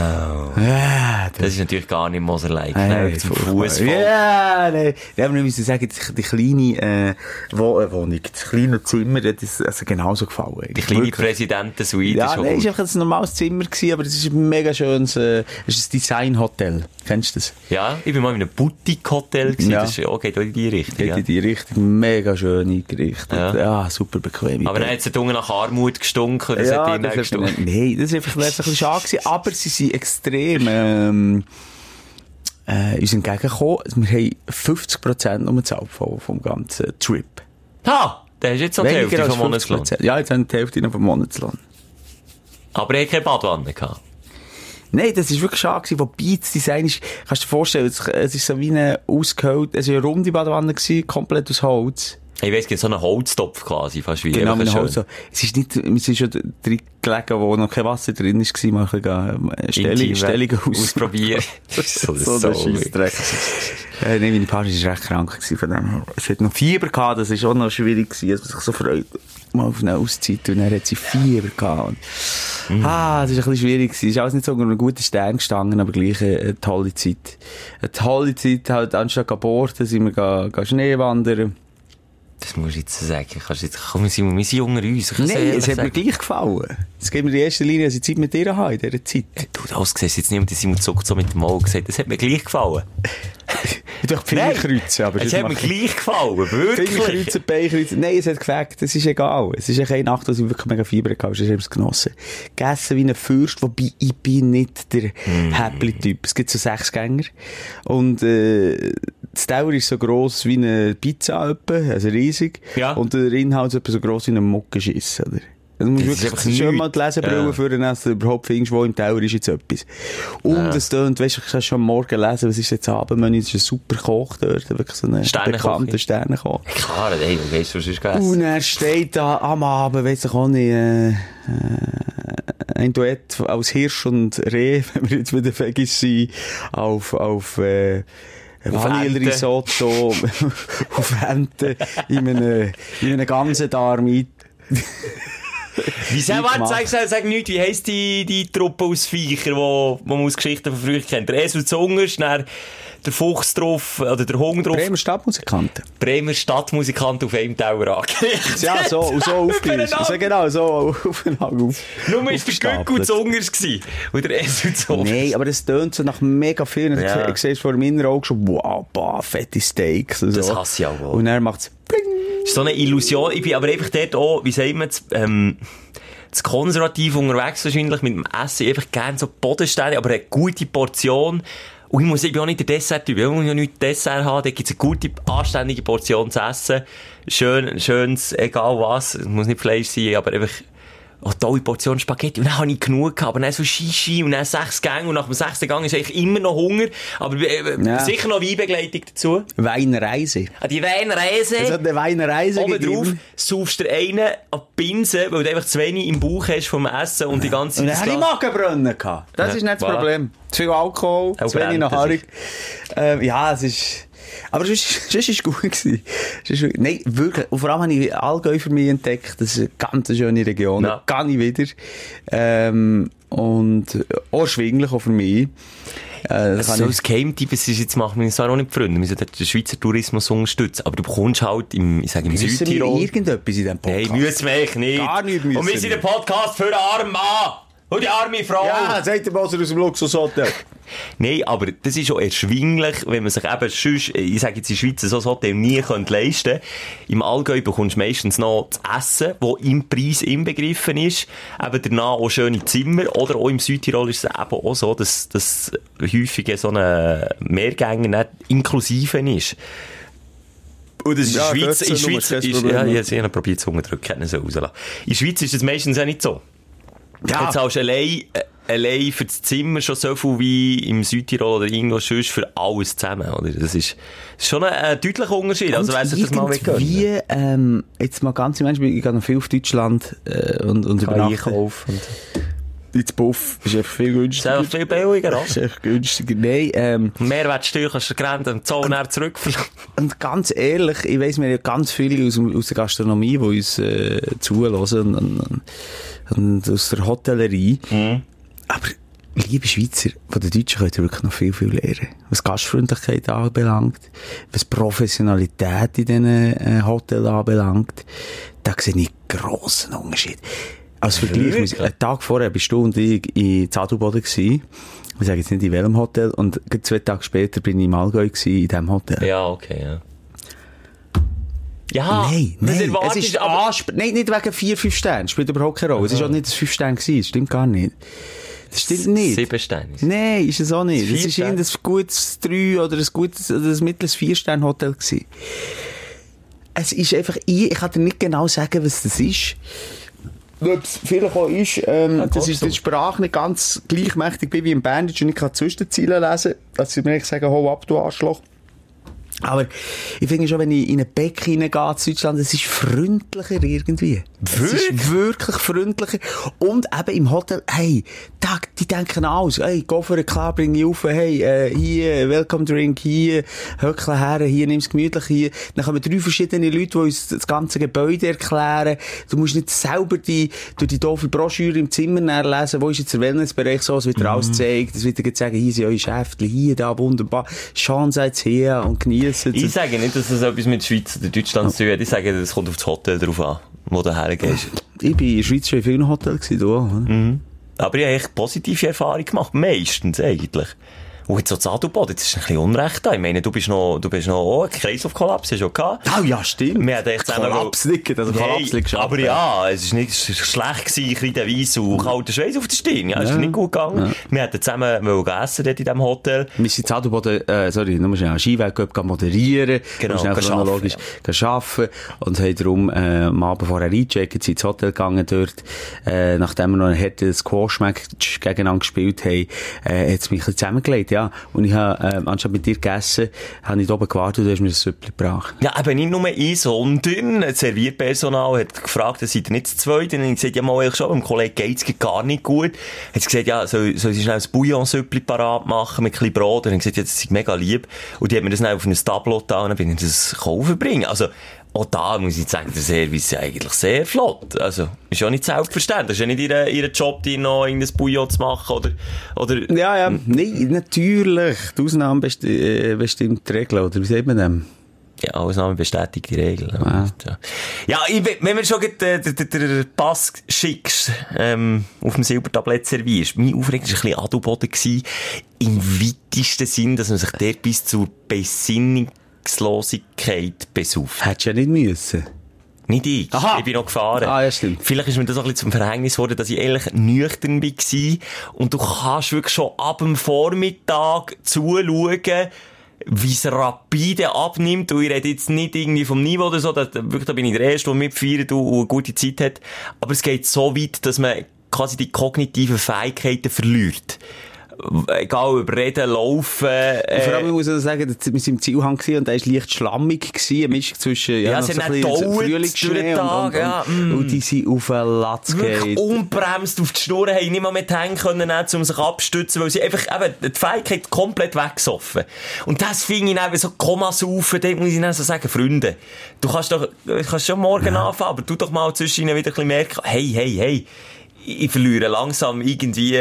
Speaker 3: Ja,
Speaker 4: Das ist natürlich gar nicht Moser-like.
Speaker 3: Nein,
Speaker 4: Nein,
Speaker 3: nein,
Speaker 4: zum
Speaker 3: furchtbar.
Speaker 4: Fußball.
Speaker 3: Ja, nein. Ja, aber wir müssen sagen, die, die kleine äh, Wo äh, Wohnung, das kleine Zimmer, das ist also genauso gefallen.
Speaker 4: Die kleine
Speaker 3: Wirklich.
Speaker 4: Präsidenten-Suite
Speaker 3: Ja,
Speaker 4: ist
Speaker 3: nein, es
Speaker 4: cool.
Speaker 3: war einfach ein normales Zimmer, gewesen, aber es ist ein mega schönes, äh, es ist ein Designhotel. Kennst du das?
Speaker 4: Ja, ich bin mal in einem Boutique-Hotel gewesen.
Speaker 3: Ja.
Speaker 4: Das ist, okay, da in die Richtung.
Speaker 3: Geht
Speaker 4: Ja.
Speaker 3: in die Richtung, mega schön eingerichtet.
Speaker 4: Ja.
Speaker 3: Ja, super bequem.
Speaker 4: Aber dann hat es dort unten nach Armut gestunken. Das
Speaker 3: ja,
Speaker 4: hat ihnen
Speaker 3: das hat
Speaker 4: gestunken.
Speaker 3: nicht- Nein, das war einfach das war ein bisschen schade. Gewesen, Dus aber sie sind extrem ähm, äh, uns entgegengekommen. Wir haben 50% nur gezahlt vom, vom ganzen Trip.
Speaker 4: Ha! Der ist jetzt so die Hälfte vom Monatslohn.
Speaker 3: 50%. Ja, jetzt haben wir die Hälfte noch vom Monatslohn.
Speaker 4: Aber er hat keine Badwanne gehabt.
Speaker 3: Nein, das war wirklich schade. gewesen. Wobei das Design ist, kannst du dir vorstellen, es, es ist so wie eine ausgehöhlte, es war eine runde Badewanne, gewesen, komplett aus Holz.
Speaker 4: Ich weiss, es gibt so einen Holztopf quasi, fast wie.
Speaker 3: Genau,
Speaker 4: Einfach
Speaker 3: mit
Speaker 4: schön.
Speaker 3: Hals. Es ist nicht, es ist schon drin gelegen, wo noch kein Wasser drin ist, war, machen gehen. Stellung,
Speaker 4: Intime
Speaker 3: Stellung aus.
Speaker 4: Ausprobieren. so
Speaker 3: So der Scheissdreck. äh, nee, meine Partnerin war recht krank gewesen von dem. her. Sie hat noch Fieber gehabt, das ist auch noch schwierig gewesen, dass man sich so freut. Mal auf eine Auszeit und dann hat sie Fieber gehabt. Und,
Speaker 4: Mm.
Speaker 3: Ah, das ist ein bisschen schwierig gewesen. Ist alles nicht so unter einem guten Stern gestanden, aber gleich eine, eine tolle Zeit. Eine tolle Zeit, halt, anstatt zu boarden, sind wir ga, ga Schnee wandern.
Speaker 4: Das musst du jetzt so sagen. Kannst du jetzt, komm, Simon, wir sind unter uns. Ich kann's
Speaker 3: Nein,
Speaker 4: ehrlich
Speaker 3: es hat mir
Speaker 4: sagen.
Speaker 3: gleich gefallen. Es gibt mir in erster Linie, dass ich Zeit mit ihr habe in dieser Zeit.
Speaker 4: Du, das siehst jetzt niemand, der Simon zuckt so mit dem Auge. Sagt, Das hat mir gleich gefallen.
Speaker 3: Ich darf die Finger kreuzen, aber
Speaker 4: Es
Speaker 3: das
Speaker 4: hat mir
Speaker 3: mache ich-
Speaker 4: gleich gefallen.
Speaker 3: Finger
Speaker 4: Wirklich.
Speaker 3: kreuzen, Bein kreuzen. Nein, es hat gefällt. Es ist egal. Es ist eine Nacht, dus wo ich wirklich mega Fieber hatte. Ich habe es genossen. Gegessen wie ein Fürst, wobei ich bin nicht der Häppli-Typ. Es gibt so sechs Gänger. Und, äh, das Teller ist so gross wie eine Pizza, etwa, also riesig.
Speaker 4: Ja.
Speaker 3: Und der Inhalt ist etwa so gross wie ein Muckenschiss, oder? Du musst
Speaker 4: Das ist
Speaker 3: wirklich
Speaker 4: einfach
Speaker 3: schön
Speaker 4: nichts.
Speaker 3: mal die Lesebrille
Speaker 4: Ja.
Speaker 3: führen, dass du überhaupt findest, wo im Teller ist jetzt etwas. Und es tönt, weißt du, ich kann schon am Morgen lesen, was ist jetzt Abendmenü, es ist ein super Koch dort, wirklich so ein
Speaker 4: Sternenkoch.
Speaker 3: bekannter Sternenkoch.
Speaker 4: Klar, ey, du weißt, was ist gegessen.
Speaker 3: Und er steht da am Abend, weiss ich auch nicht, äh, äh, ein Duett aus Hirsch und Reh, wenn wir jetzt wieder Veggies sind, auf, auf, äh,
Speaker 4: Ente.
Speaker 3: Vanille-Risotto, auf Ente, in einem, in einem ganzen Darm ein.
Speaker 4: Wieso,
Speaker 3: Wie
Speaker 4: warte,
Speaker 3: gemacht.
Speaker 4: sag, sag, sag nichts, wie heisst die, die Truppe aus Viecher, wo, wo man aus Geschichten von früher kennt? Der Esel Zungers, dann der Fuchs drauf, oder der Hung drauf,
Speaker 3: Bremer Stadtmusikanten.
Speaker 4: Bremer Stadtmusikant auf einem Tower angerichtet.
Speaker 3: Ja, so, und so aufgelistet.
Speaker 4: Übereinander.
Speaker 3: So, genau, so aufeinander auf.
Speaker 4: Nur ist der
Speaker 3: aufgestapelt.
Speaker 4: Gückel Zungers gewesen. Und der Esel Zungers.
Speaker 3: Nein, aber das tönt so nach mega vielen.
Speaker 4: Ja.
Speaker 3: Ja. Du siehst vor meinen Augen schon, wow, bah, fette Steaks. Und
Speaker 4: Das
Speaker 3: so.
Speaker 4: hasse ich auch wohl.
Speaker 3: Und dann macht's bling.
Speaker 4: ist so eine Illusion. Ich bin aber einfach dort auch, wie sagt man, zu, ähm, zu konservativ unterwegs wahrscheinlich mit dem Essen. Ich einfach gerne so Bodenstände, aber eine gute Portion. Und ich, muss, ich bin auch nicht der Dessert-Typ. Ich muss ja nicht Dessert haben. Da gibt es eine gute, anständige Portion zu essen. Schön, schönes, egal was. Es muss nicht Fleisch sein, aber einfach eine tolle Portion Spaghetti. Und dann habe ich genug gehabt. Aber dann so Shishi und dann sechs Gänge. Und nach dem sechsten Gang ist eigentlich immer noch Hunger. Aber äh,
Speaker 3: Ja.
Speaker 4: sicher noch Weinbegleitung dazu.
Speaker 3: Weinreise.
Speaker 4: An Die Weinreise.
Speaker 3: Es hat eine Weinreise
Speaker 4: Oben drauf
Speaker 3: gegeben.
Speaker 4: saufst du dir einen an die Binsen, weil du einfach zu wenig im Bauch hast vom Essen und die ganze
Speaker 3: Und dann
Speaker 4: das
Speaker 3: hatte ich
Speaker 4: ganze-
Speaker 3: Magenbrunnen. Gehabt. Das
Speaker 4: Ja,
Speaker 3: ist nicht das
Speaker 4: voilà. dus-
Speaker 3: Problem. Zu viel Alkohol,
Speaker 4: Auch
Speaker 3: zu wenig
Speaker 4: brennt er
Speaker 3: Nahrung. Ähm, ja, es ist... Aber sonst, sonst ist es gut gewesen. Sonst, nein, wirklich. Und vor allem habe ich Allgäu für mich entdeckt. Das ist eine ganz schöne Region.
Speaker 4: Ja.
Speaker 3: Ja. Kann ich wieder. Ähm, und auch schwinglich auch für mich. Äh, da
Speaker 4: Das
Speaker 3: kann
Speaker 4: ist so
Speaker 3: ich-
Speaker 4: ein Geheimtipp, es ist jetzt machen wir uns da auch nicht Freunde. Wir sollten den Schweizer Tourismus unterstützen. Aber du bekommst halt im, ich sage im
Speaker 3: Müssen wir
Speaker 4: Südtirol.
Speaker 3: irgendetwas in diesem
Speaker 4: Nein,
Speaker 3: Podcast?
Speaker 4: müssen wir eigentlich nicht.
Speaker 3: Gar nicht müssen
Speaker 4: Und wir sind
Speaker 3: wir.
Speaker 4: der Podcast für den armen Mann und die arme Frau.
Speaker 3: Ja, sagt der Moser aus dem Luxushotel.
Speaker 4: Nein, aber das ist auch erschwinglich, wenn man sich eben sonst, ich sage jetzt in der Schweiz, so ein Hotel nie könnte leisten Im Allgäu bekommst du meistens noch das Essen, das im Preis inbegriffen ist. Eben danach auch schöne Zimmer. Oder auch im Südtirol ist es eben auch so, dass, dass häufige so eine Mehrgänger nicht inklusive ist. Und das ist
Speaker 3: Ja,
Speaker 4: in der
Speaker 3: dort
Speaker 4: Schweiz, in der
Speaker 3: sind nur
Speaker 4: Schweiz,
Speaker 3: kein
Speaker 4: ist,
Speaker 3: Problem.
Speaker 4: ja, ich habe probiert zu unterdrücken, hätte ich nicht rauslassen sollen. In der Schweiz ist es meistens auch nicht so.
Speaker 3: Ja.
Speaker 4: Jetzt zahlst du allein, äh, allein für das Zimmer schon so viel wie im Südtirol oder irgendwo sonst für alles zusammen, oder? Das ist das ist schon ein, äh, deutlicher Unterschied. Also, weißt du, das mal
Speaker 3: Und Wie, ähm, jetzt mal ganz im Ernst, ich gehe noch viel auf Deutschland äh, und, und übernachte.
Speaker 4: einkaufen.
Speaker 3: Jetzt Buff ist einfach viel
Speaker 4: Das ist
Speaker 3: günstiger.
Speaker 4: einfach viel billiger,
Speaker 3: Ist
Speaker 4: oder?
Speaker 3: echt günstiger. Nein, ähm,
Speaker 4: Mehrwertsteuer kannst du gerade am Zoll näher zurückverlangen.
Speaker 3: und ganz ehrlich, ich weiss, wir haben ja ganz viele aus, dem- aus der Gastronomie, die uns äh, zuhören und, und, und aus der Hotellerie. Aber liebe Schweizer, von den Deutschen könnt ihr wirklich noch viel, viel lernen. Was Gastfreundlichkeit anbelangt, was Professionalität in diesen äh, Hotels anbelangt, da sehe ich grossen Unterschied. Als Vergleich, muss ich- einen Tag vorher bist du und ich in Zadelboden gewesen. Ich sage jetzt nicht in welchem Hotel. Und gerade zwei Tage später bin ich im Allgäu gewesen, in diesem Hotel.
Speaker 4: Ja, okay, ja. Ja,
Speaker 3: Nein,
Speaker 4: Ah. das
Speaker 3: nein, es
Speaker 4: erwartest
Speaker 3: ist
Speaker 4: du, aber...
Speaker 3: Anspr- Nein, nicht wegen 4, 5 Sternen. Spielt überhaupt keine Rolle. Es ist auch nicht das 5 Sterne gewesen. Das stimmt gar nicht. Das stimmt nicht.
Speaker 4: Sieben Sterne.
Speaker 3: Nein, ist es auch nicht.
Speaker 4: Vier
Speaker 3: Es ist
Speaker 4: Sterne.
Speaker 3: irgendein gutes 3 oder ein gutes, oder ein mittleres 4-Stern-Hotel gewesen. Es ist einfach, ich, ich kann dir nicht genau sagen, was das ist. Ob es vielleicht auch ist, ähm, dass ich
Speaker 4: so.
Speaker 3: die Sprache nicht ganz gleichmächtig bin wie im Bandage und ich kann Zwischenziele lesen, dass sie mir eigentlich sagen, hau ab, du Arschloch. Aber ich finde schon, wenn ich in ein Bäck hineingehe in Deutschland, es ist freundlicher irgendwie. Es ist wirklich freundlicher. Und eben im Hotel, hey, da, die denken alles. Hey, geh für einen Klar, bring ich auf. Hey, äh, hier, Welcome Drink, hier, Höckle her, hier, nimm's gemütlich hier. Dann kommen drei verschiedene Leute, die uns das ganze Gebäude erklären. Du musst nicht selber die, durch die doofe Broschüre im Zimmer näher lesen, wo ist jetzt der Wellnessbereich so, es
Speaker 4: Mhm.
Speaker 3: wird dir alles zeigt, es wird dir sagen, hier sind eure Schäftchen, hier, da, wunderbar. Schauen seid her und genießen
Speaker 4: Ich sage nicht, dass das etwas mit Schweiz oder Deutschland zu tun hat. Ich sage, das kommt auf das Hotel drauf an, wo du hergehst.
Speaker 3: Ich bin in der Schweiz schon in vielen Hotels gewesen, du auch, oder?
Speaker 4: Mhm. Aber ich habe echt positive Erfahrungen gemacht. Meistens eigentlich. Und jetzt so das Adelboden, das ist ein bisschen Unrecht da. Ich meine, du bist noch, du bist noch, oh, Kreislaufkollaps hast du schon gehabt.
Speaker 3: Ah, ja, stimmt.
Speaker 4: Wir hatten echt zusammen-
Speaker 3: Kollaps nicht, also Kollaps nicht geschafft.
Speaker 4: aber ja, es ist nicht es ist schlecht gewesen, ein bisschen der Weiss und kalter Schweiß auf der Stirn. Ja, es ist nicht gut gegangen. Wir hatten zusammen wollen essen dort in diesem Hotel.
Speaker 3: Wir sind jetzt Adelboden, äh, sorry, nur schnell Skiweg gehen, moderieren,
Speaker 4: Genau,
Speaker 3: schnell
Speaker 4: gehen
Speaker 3: chronologisch gehen arbeiten und haben darum äh, am Abend vorher reingecheckt, sind ins Hotel gegangen dort, äh, nachdem wir noch einen harten Squash-Match gegeneinander gespielt haben, äh, hat es mich ein bisschen zusammengelegt, ja. Und ich habe, äh, anstatt mit dir gegessen, habe ich da oben gewartet und du hast mir ein Süppli gebracht.
Speaker 4: Ja, eben nicht nur ich, sondern das Servierpersonal hat gefragt, seid ihr nicht zu zweit? Und ich gesagt, ja, mal ehrlich schon, dem Kollegen geht's gar nicht gut. Hat sie gesagt, ja, soll, soll sie schnell ein Bouillon-Süppli parat machen mit ein bisschen Brot? Und ich gesagt, ja, das ist mega lieb. Und die hat mir das dann auf ein Tableau getan und dann bin ich das kaufen bringen. Also, auch da muss ich sagen, der Service ist eigentlich sehr flott. Also, ist ja nicht selbstverständlich. Das ist ja nicht ihr, ihr Job, dir noch irgendein Bouillon zu machen oder, oder,
Speaker 3: Ja, ja, nein, natürlich. Die Ausnahme besti äh, bestimmt die Regel, oder wie sagt man dem?
Speaker 4: Ja, Ausnahme bestätigt die Regel. Ja, ja ich, we- wenn wir schon grad, äh, den, den, den Pass schickst, ähm, auf dem Silbertablett servierst, mein Aufregung war ein bisschen Adelboden gewesen, im weitesten Sinn, dass man sich dort bis zur Besinnungslosigkeit besauft.
Speaker 3: Hättest du ja nicht müssen.
Speaker 4: Nicht ich.
Speaker 3: Aha.
Speaker 4: Ich bin noch gefahren.
Speaker 3: Ah, ja, stimmt.
Speaker 4: Vielleicht ist mir das auch ein bisschen zum Verhängnis geworden, dass ich ehrlich nüchtern war. Und du kannst wirklich schon ab dem Vormittag zuschauen, wie es rapide abnimmt. Und ich rede jetzt nicht irgendwie vom Niveau oder so. Da, da- wirklich, da bin ich der Erste, der mitfeiert und und eine gute Zeit hat. Aber es geht so weit, dass man quasi die kognitiven Fähigkeiten verliert. Egal, ob reden, laufen,
Speaker 3: Und Vor allem,
Speaker 4: äh,
Speaker 3: ich muss auch sagen, dass wir waren im Zielhang gewesen und der war leicht schlammig gewesen, eine Mischung zwischen,
Speaker 4: Ja,
Speaker 3: noch
Speaker 4: es hat dann
Speaker 3: ein bisschen
Speaker 4: gedauert
Speaker 3: Frühlingsschnee
Speaker 4: durch den
Speaker 3: und, und,
Speaker 4: Tag,
Speaker 3: und,
Speaker 4: ja, mm.
Speaker 3: und die sind auf den Latz
Speaker 4: wirklich
Speaker 3: gefallen.
Speaker 4: unbremst auf die Schnur, haben nicht mal mit den Händen können, nehmen, um sich abstützen, weil sie einfach eben die Fähigkeit komplett weggesoffen. Und das fing ich dann so Komasaufen, dort muss ich dann so sagen, Freunde, du kannst doch, du kannst schon morgen anfangen, aber tu doch mal zwischen ihnen wieder ein bisschen merken, hey, hey, hey, ich verliere langsam irgendwie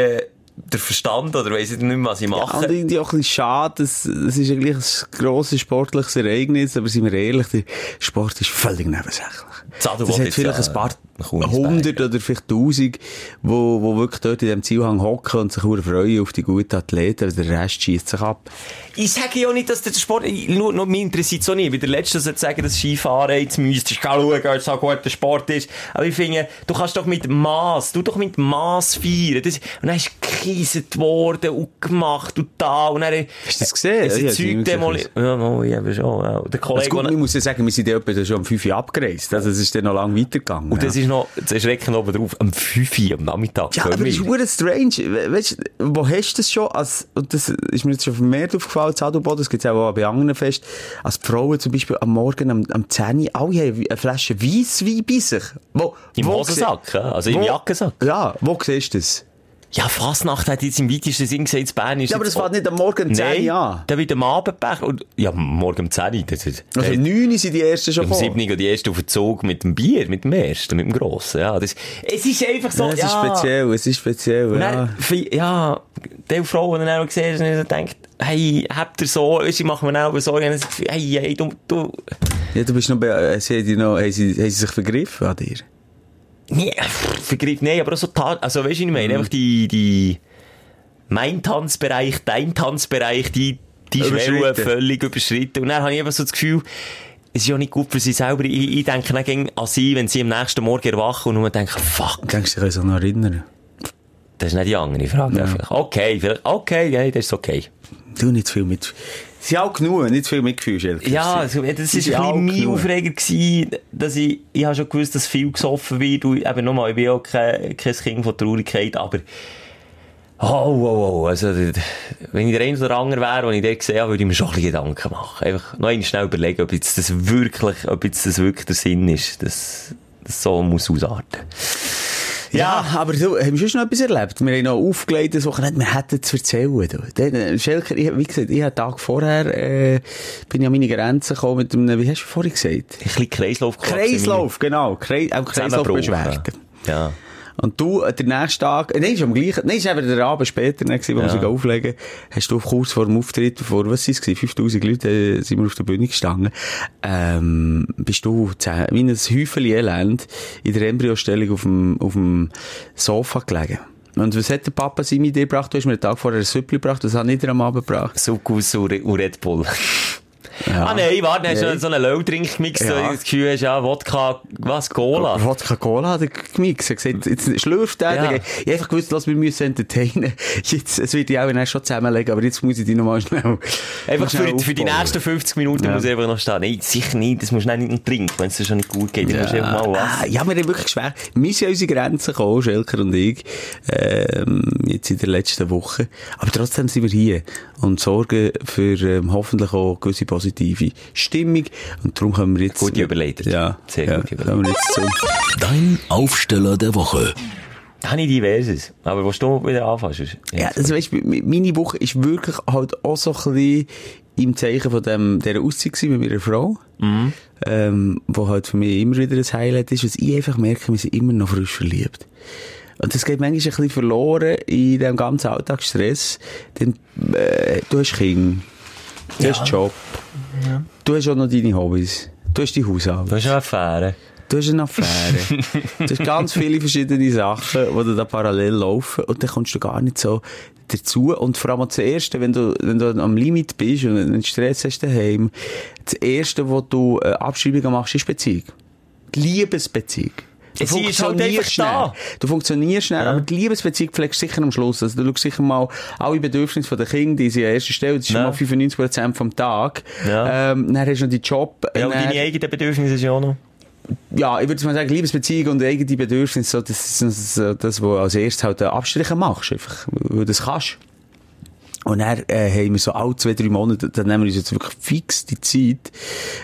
Speaker 4: den Verstand oder weiss ich nicht mehr, was ich
Speaker 3: Ja, und
Speaker 4: mache.
Speaker 3: irgendwie auch ein bisschen schade, das, das ist ja gleich ein grosses sportliches Ereignis, aber sind wir ehrlich, der Sport ist völlig nebensächlich.
Speaker 4: Das Adelboden
Speaker 3: Das hat
Speaker 4: ist
Speaker 3: vielleicht
Speaker 4: ja
Speaker 3: ein paar
Speaker 4: ein cooles
Speaker 3: hundert oder vielleicht tausend, wo, wo wirklich dort in diesem Zielhang hocken und sich verdammt freuen auf die guten Athleten, aber der Rest schießt sich ab.
Speaker 4: Ich sage ja auch nicht, dass der Sport, ich- nur, nur mich interessiert es auch nicht. Bei der letzten sollte ich sagen, dass Skifahren, jetzt müsstest du schauen, ob es so guter Sport ist. Aber ich finde, du kannst doch mit Mass, du doch mit Mass feiern. Das, und dann ist gekieset worden und gemacht und da und dann...
Speaker 3: Hast du das gesehen?
Speaker 4: Es
Speaker 3: Ja,
Speaker 4: ist
Speaker 3: das habe
Speaker 4: Zeug
Speaker 3: ich
Speaker 4: demoliert.
Speaker 3: gesehen.
Speaker 4: Ja, mal, ich eben schon. ja. Der
Speaker 3: Also
Speaker 4: Kollege,
Speaker 3: gut,
Speaker 4: der-
Speaker 3: ich muss ja sagen, wir sind ja etwa schon um 5 Uhr abgereist. Also es ist dann noch lange weitergegangen.
Speaker 4: und das
Speaker 3: ja.
Speaker 4: ist noch, das ist schreckend oben drauf, am 5 Uhr am Nachmittag.
Speaker 3: ja,
Speaker 4: gehen
Speaker 3: aber
Speaker 4: wir.
Speaker 3: es ist verdammt strange. We- Weißt du, wo hast du das schon? Als, und das ist mir jetzt schon vermehrt aufgefallen, Zadelboden, das gibt es auch bei anderen Fest. Als die Frauen zum Beispiel am Morgen, am, am oh, 10 Uhr, alle haben eine Flasche Weisswein bei sich. Wo,
Speaker 4: Im
Speaker 3: wo
Speaker 4: Hosensack, ja? also im
Speaker 3: wo-
Speaker 4: Jackensack.
Speaker 3: gse- Ja, wo siehst du das?
Speaker 4: Ja, Fasnacht hat jetzt im weitesten Sinn gesagt, in Bern ist
Speaker 3: Ja, aber
Speaker 4: jetzt-
Speaker 3: das fängt nicht am Morgen um 10
Speaker 4: Nein,
Speaker 3: Uhr an.
Speaker 4: dann wird am Abend Pech. Und, ja, morgen um 10 Uhr. Das ist,
Speaker 3: Also
Speaker 4: äh,
Speaker 3: um 9 Uhr sind die ersten schon
Speaker 4: am
Speaker 3: gekommen.
Speaker 4: 7. Uhr die erste auf den Zug mit dem Bier, mit dem ersten, mit dem grossen. Ja, das, es ist einfach so.
Speaker 3: Ja, es ist speziell, es ist speziell,
Speaker 4: Und
Speaker 3: ja.
Speaker 4: dann, vi- ja, die Frau, die dann auch gesehen hat, und denkt, hey, habt ihr so, weisst du, ich mache mir auch so, und dann sagt sie, hey, hey, du, du,
Speaker 3: Ja, du bist noch bei, äh, sie haben dich noch, haben sie, haben sie sich vergriffen an dir?
Speaker 4: nee, pff, vergriff, nee, aber auch so, ta- also, weißt du, ich meine, einfach die, die, mein Tanzbereich, dein Tanzbereich, die, die Schwelle
Speaker 3: Überschritten.
Speaker 4: völlig überschritten. Und dann habe ich eben so das Gefühl, es ist ja nicht gut für sie selber. Ich, ich denke dann gegen an sie, wenn sie am nächsten Morgen erwachen und nur denken, fuck,
Speaker 3: Denkst du, ich kann noch erinnern?
Speaker 4: Das ist nicht die andere Frage. Vielleicht. Okay, vielleicht, okay, ja, das ist okay.
Speaker 3: Du nicht zu viel mit. Sie haben auch genug, nicht zu viel Mitgefühl, ehrlich
Speaker 4: Ja,
Speaker 3: gesagt.
Speaker 4: also, das
Speaker 3: Sie
Speaker 4: ist
Speaker 3: sind auch
Speaker 4: ein bisschen mein
Speaker 3: genug.
Speaker 4: Aufreger gewesen, dass ich, ich habe schon gewusst, dass viel gesoffen wird und eben nochmal, ich bin auch kein, kein Kind von Traurigkeit, aber Oh, oh, oh. Also, d- d- wenn ich der eine oder andere wäre, den ich dort gesehen habe, würde ich mir schon ein bisschen Gedanken machen. Einfach noch einmal schnell überlegen, ob jetzt das wirklich, ob jetzt das wirklich der Sinn ist, dass das so muss ausarten.
Speaker 3: Ja, aber du, haben wir schon noch etwas erlebt? Wir haben noch aufgelegt, das Wochenende, wir hätten zu erzählen. Du. Dann, äh, Schelker, ich, wie gesagt, ich habe Tag vorher, äh, bin ich an meine Grenzen gekommen mit einem, wie hast du vorhin gesagt?
Speaker 4: Ein bisschen Kreislauf
Speaker 3: Kreislauf, genau. Kreis, auch Kreislaufbeschwerden.
Speaker 4: Ja.
Speaker 3: Und du, äh, den nächsten Tag, äh, nein, ist am gleichen, nein, ist eben der Abend später, dann gewesen, wo wir
Speaker 4: Ja.
Speaker 3: sie auflegen, hast du kurz vor dem Auftritt, vor, was ist es 5000 Leute, äh, sind wir auf der Bühne gestanden, ähm, bist du zehn, wie ein Häufchen Elend in der Embryostellung auf dem, auf dem Sofa gelegen. Und was hat der Papa seine Idee gebracht? Du hast mir einen Tag vorher ein Süppli gebracht, das hat nicht am Abend gebracht.
Speaker 4: Suckus und Re- und Red Bull. Ah nein, warte, hast du
Speaker 3: Nein.
Speaker 4: so einen Lölltrinkmix, so
Speaker 3: Ja.
Speaker 4: das Gefühl hast, ja, Wodka, was, Cola?
Speaker 3: Wodka Cola hat er gemixt. Er hat gesagt, jetzt schlürft er.
Speaker 4: Ja.
Speaker 3: Ja. Ich hab einfach gewusst, lass, wir müssen entertainen. Jetzt, es wird ja auch dann schon zusammenlegen, aber jetzt muss ich dich nochmal schnell,
Speaker 4: Einfach für,
Speaker 3: schnell
Speaker 4: für die
Speaker 3: aufbauen.
Speaker 4: nächsten 50 Minuten muss ich einfach noch stehen. Nein, sicher nicht, das musst du nicht trinken, wenn es dir schon nicht gut geht. Du musst einfach mal was.
Speaker 3: Ah, ja, wir haben wirklich schwer. Wir sind an unsere Grenzen gekommen, Schelker und ich, ähm, jetzt in der letzten Woche. Aber trotzdem sind wir hier und sorgen für ähm, hoffentlich auch gewisse positive Stimmung. Und darum können wir jetzt...
Speaker 4: Gut überleitet.
Speaker 3: Ja,
Speaker 4: Sehr
Speaker 3: ja,
Speaker 4: gut überleitet.
Speaker 3: kommen wir jetzt zum...
Speaker 2: Dein Aufsteller der Woche.
Speaker 4: Da habe ich diverses. Aber willst du wieder anfangen? sonst?
Speaker 3: Ja, also weißt, meine Woche ist wirklich halt auch so ein bisschen im Zeichen von dem, dieser Auszeit gewesen mit meiner Frau. Ähm, wo halt für mich immer wieder ein Highlight ist, was ich einfach merke, wir sind immer noch frisch verliebt. Und das geht manchmal ein bisschen verloren in dem ganzen Alltagsstress. Denn, äh, du hast Kinder, du hast Job, du hast auch noch deine Hobbys, du hast die Hausarbeit.
Speaker 4: Du hast eine Affäre.
Speaker 3: Du hast eine Affäre. du hast ganz viele verschiedene Sachen, die dir da parallel laufen und dann kommst du gar nicht so dazu. Und vor allem auch das Erste, wenn du, wenn du am Limit bist und einen Stress hast daheim, das Erste, wo du äh, Abschreibungen machst, ist Beziehung. Die Liebesbeziehung. Du
Speaker 4: Sie ist halt
Speaker 3: funktionierst
Speaker 4: einfach
Speaker 3: schnell.
Speaker 4: da.
Speaker 3: Du funktionierst schnell, aber die Liebesbeziehung pflegst du sicher am Schluss. Also du schaust sicher mal alle Bedürfnisse von den Kindern, die sie an erster Stelle, das ist
Speaker 4: Ja.
Speaker 3: schon mal 95% vom Tag.
Speaker 4: Ja.
Speaker 3: Ähm, dann hast du noch deinen Job.
Speaker 4: Ja, und
Speaker 3: dann-
Speaker 4: deine eigenen Bedürfnisse sind ja auch noch.
Speaker 3: ja, ich würde mal sagen, Liebesbeziehung und eigene Bedürfnisse, so, das ist so das, wo als erstes halt einen Abstrich machst, einfach, weil du das kannst. Und dann äh, haben wir so alle zwei, drei Monate, dann nehmen wir uns jetzt wirklich dus fix die Zeit,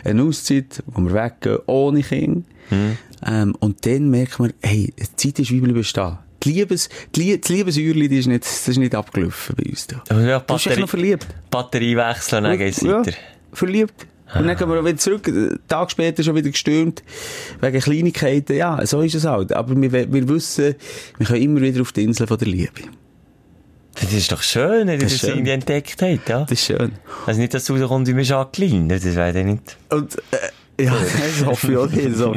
Speaker 3: eine Auszeit, wo wir weggehen, ohne Kind. Ähm, und dann merkt man, hey, die Zeit ist wie bleiben stehen. Die Liebes, die Lie das Liebesjürli, die ist nicht, das ist nicht abgelaufen bei uns. Da.
Speaker 4: Aber ja,
Speaker 3: du bist echt
Speaker 4: Batterie-
Speaker 3: noch verliebt.
Speaker 4: Batterie wechseln, dann geht's weiter.
Speaker 3: Verliebt. Und dann gehen wir auch wieder zurück, einen Tag später schon wieder gestürmt, wegen Kleinigkeiten, ja, so ist es halt. Aber wir, we- wir wissen, wir können immer wieder auf die Insel von der Liebe.
Speaker 4: Das ist doch schön, dass ihr
Speaker 3: Das
Speaker 4: das
Speaker 3: ist schön.
Speaker 4: irgendwie entdeckt habt, ja.
Speaker 3: Das ist schön.
Speaker 4: Also nicht, dass du rauskommst wie mir Jacqueline, das wäre dann nicht.
Speaker 3: Und, äh, ja, das hoffe ich auch nicht. So.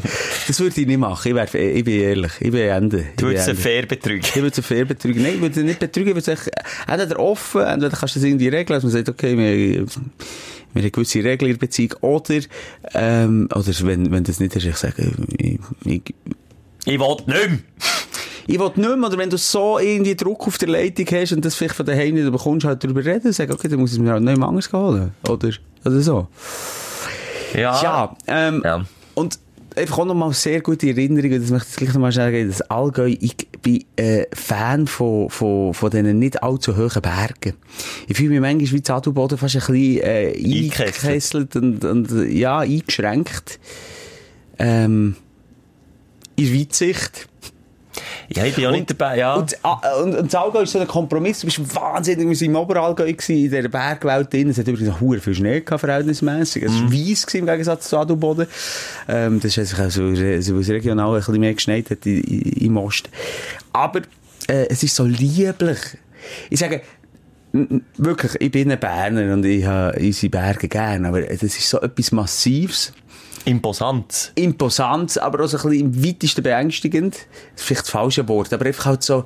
Speaker 3: Das würde ich nicht machen, ich, wär, ich bin ehrlich, ich bin Ende. Ich
Speaker 4: Du
Speaker 3: bin
Speaker 4: würdest einen
Speaker 3: Ende.
Speaker 4: fair betrügen.
Speaker 3: Ich würde zu fair betrügen. Nein, ich würde nicht betrügen, ich würde sagen, entweder offen, entweder kannst du das irgendwie regeln, dass man sagt, okay, wir, wir haben gewisse Regeln in der Beziehung, oder, ähm, oder wenn, wenn das nicht ist, ich sage, ich, ich,
Speaker 4: Ich will nicht mehr.
Speaker 3: ich will nicht mehr, oder wenn du so irgendwie Druck auf der Leitung hast und das vielleicht von daheim nicht bekommst, halt darüber reden, sagen, okay, dann muss ich es mir halt nicht mehr nou anders holen, oder, oder so.
Speaker 4: Ja.
Speaker 3: Ja, ähm,
Speaker 4: Ah. Ja.
Speaker 3: und einfach auch nochmal sehr gute Erinnerungen, das möchte ich gleich nochmal sagen, das Allgäu, ich bin äh, Fan von, von, von diesen nicht allzu hohen Bergen. Ich fühle mich manchmal wie Zadelboden fast ein bisschen äh,
Speaker 4: Eingekesselt.
Speaker 3: eingekesselt und, und äh, ja, eingeschränkt. Ähm, in Weitsicht.
Speaker 4: ja, ich bin auch nicht dabei, ja.
Speaker 3: Und, das A- und, und das Allgäu ist so ein Kompromiss. Du bist wahnsinnig, wir waren im Oberallgäu, gewesen, in dieser Bergwelt drin. Es hat übrigens auch verdammt viel Schnee gehabt, verhältnismässig. Es war weiss gewesen, im Gegensatz zu Adelboden. Ähm, das ist einfach auch so, so, weil es regional ein bisschen mehr geschneit hat in- in- im Osten. Aber, äh, es ist so lieblich. Ich sage, N- n- Wirklich, ich bin ein Berner und ich habe unsere Berge gern, aber das ist so etwas Massives.
Speaker 4: Imposant.
Speaker 3: imposant, aber auch so ein bisschen im weitesten beängstigend. Das ist vielleicht das falsche Wort, aber einfach halt so,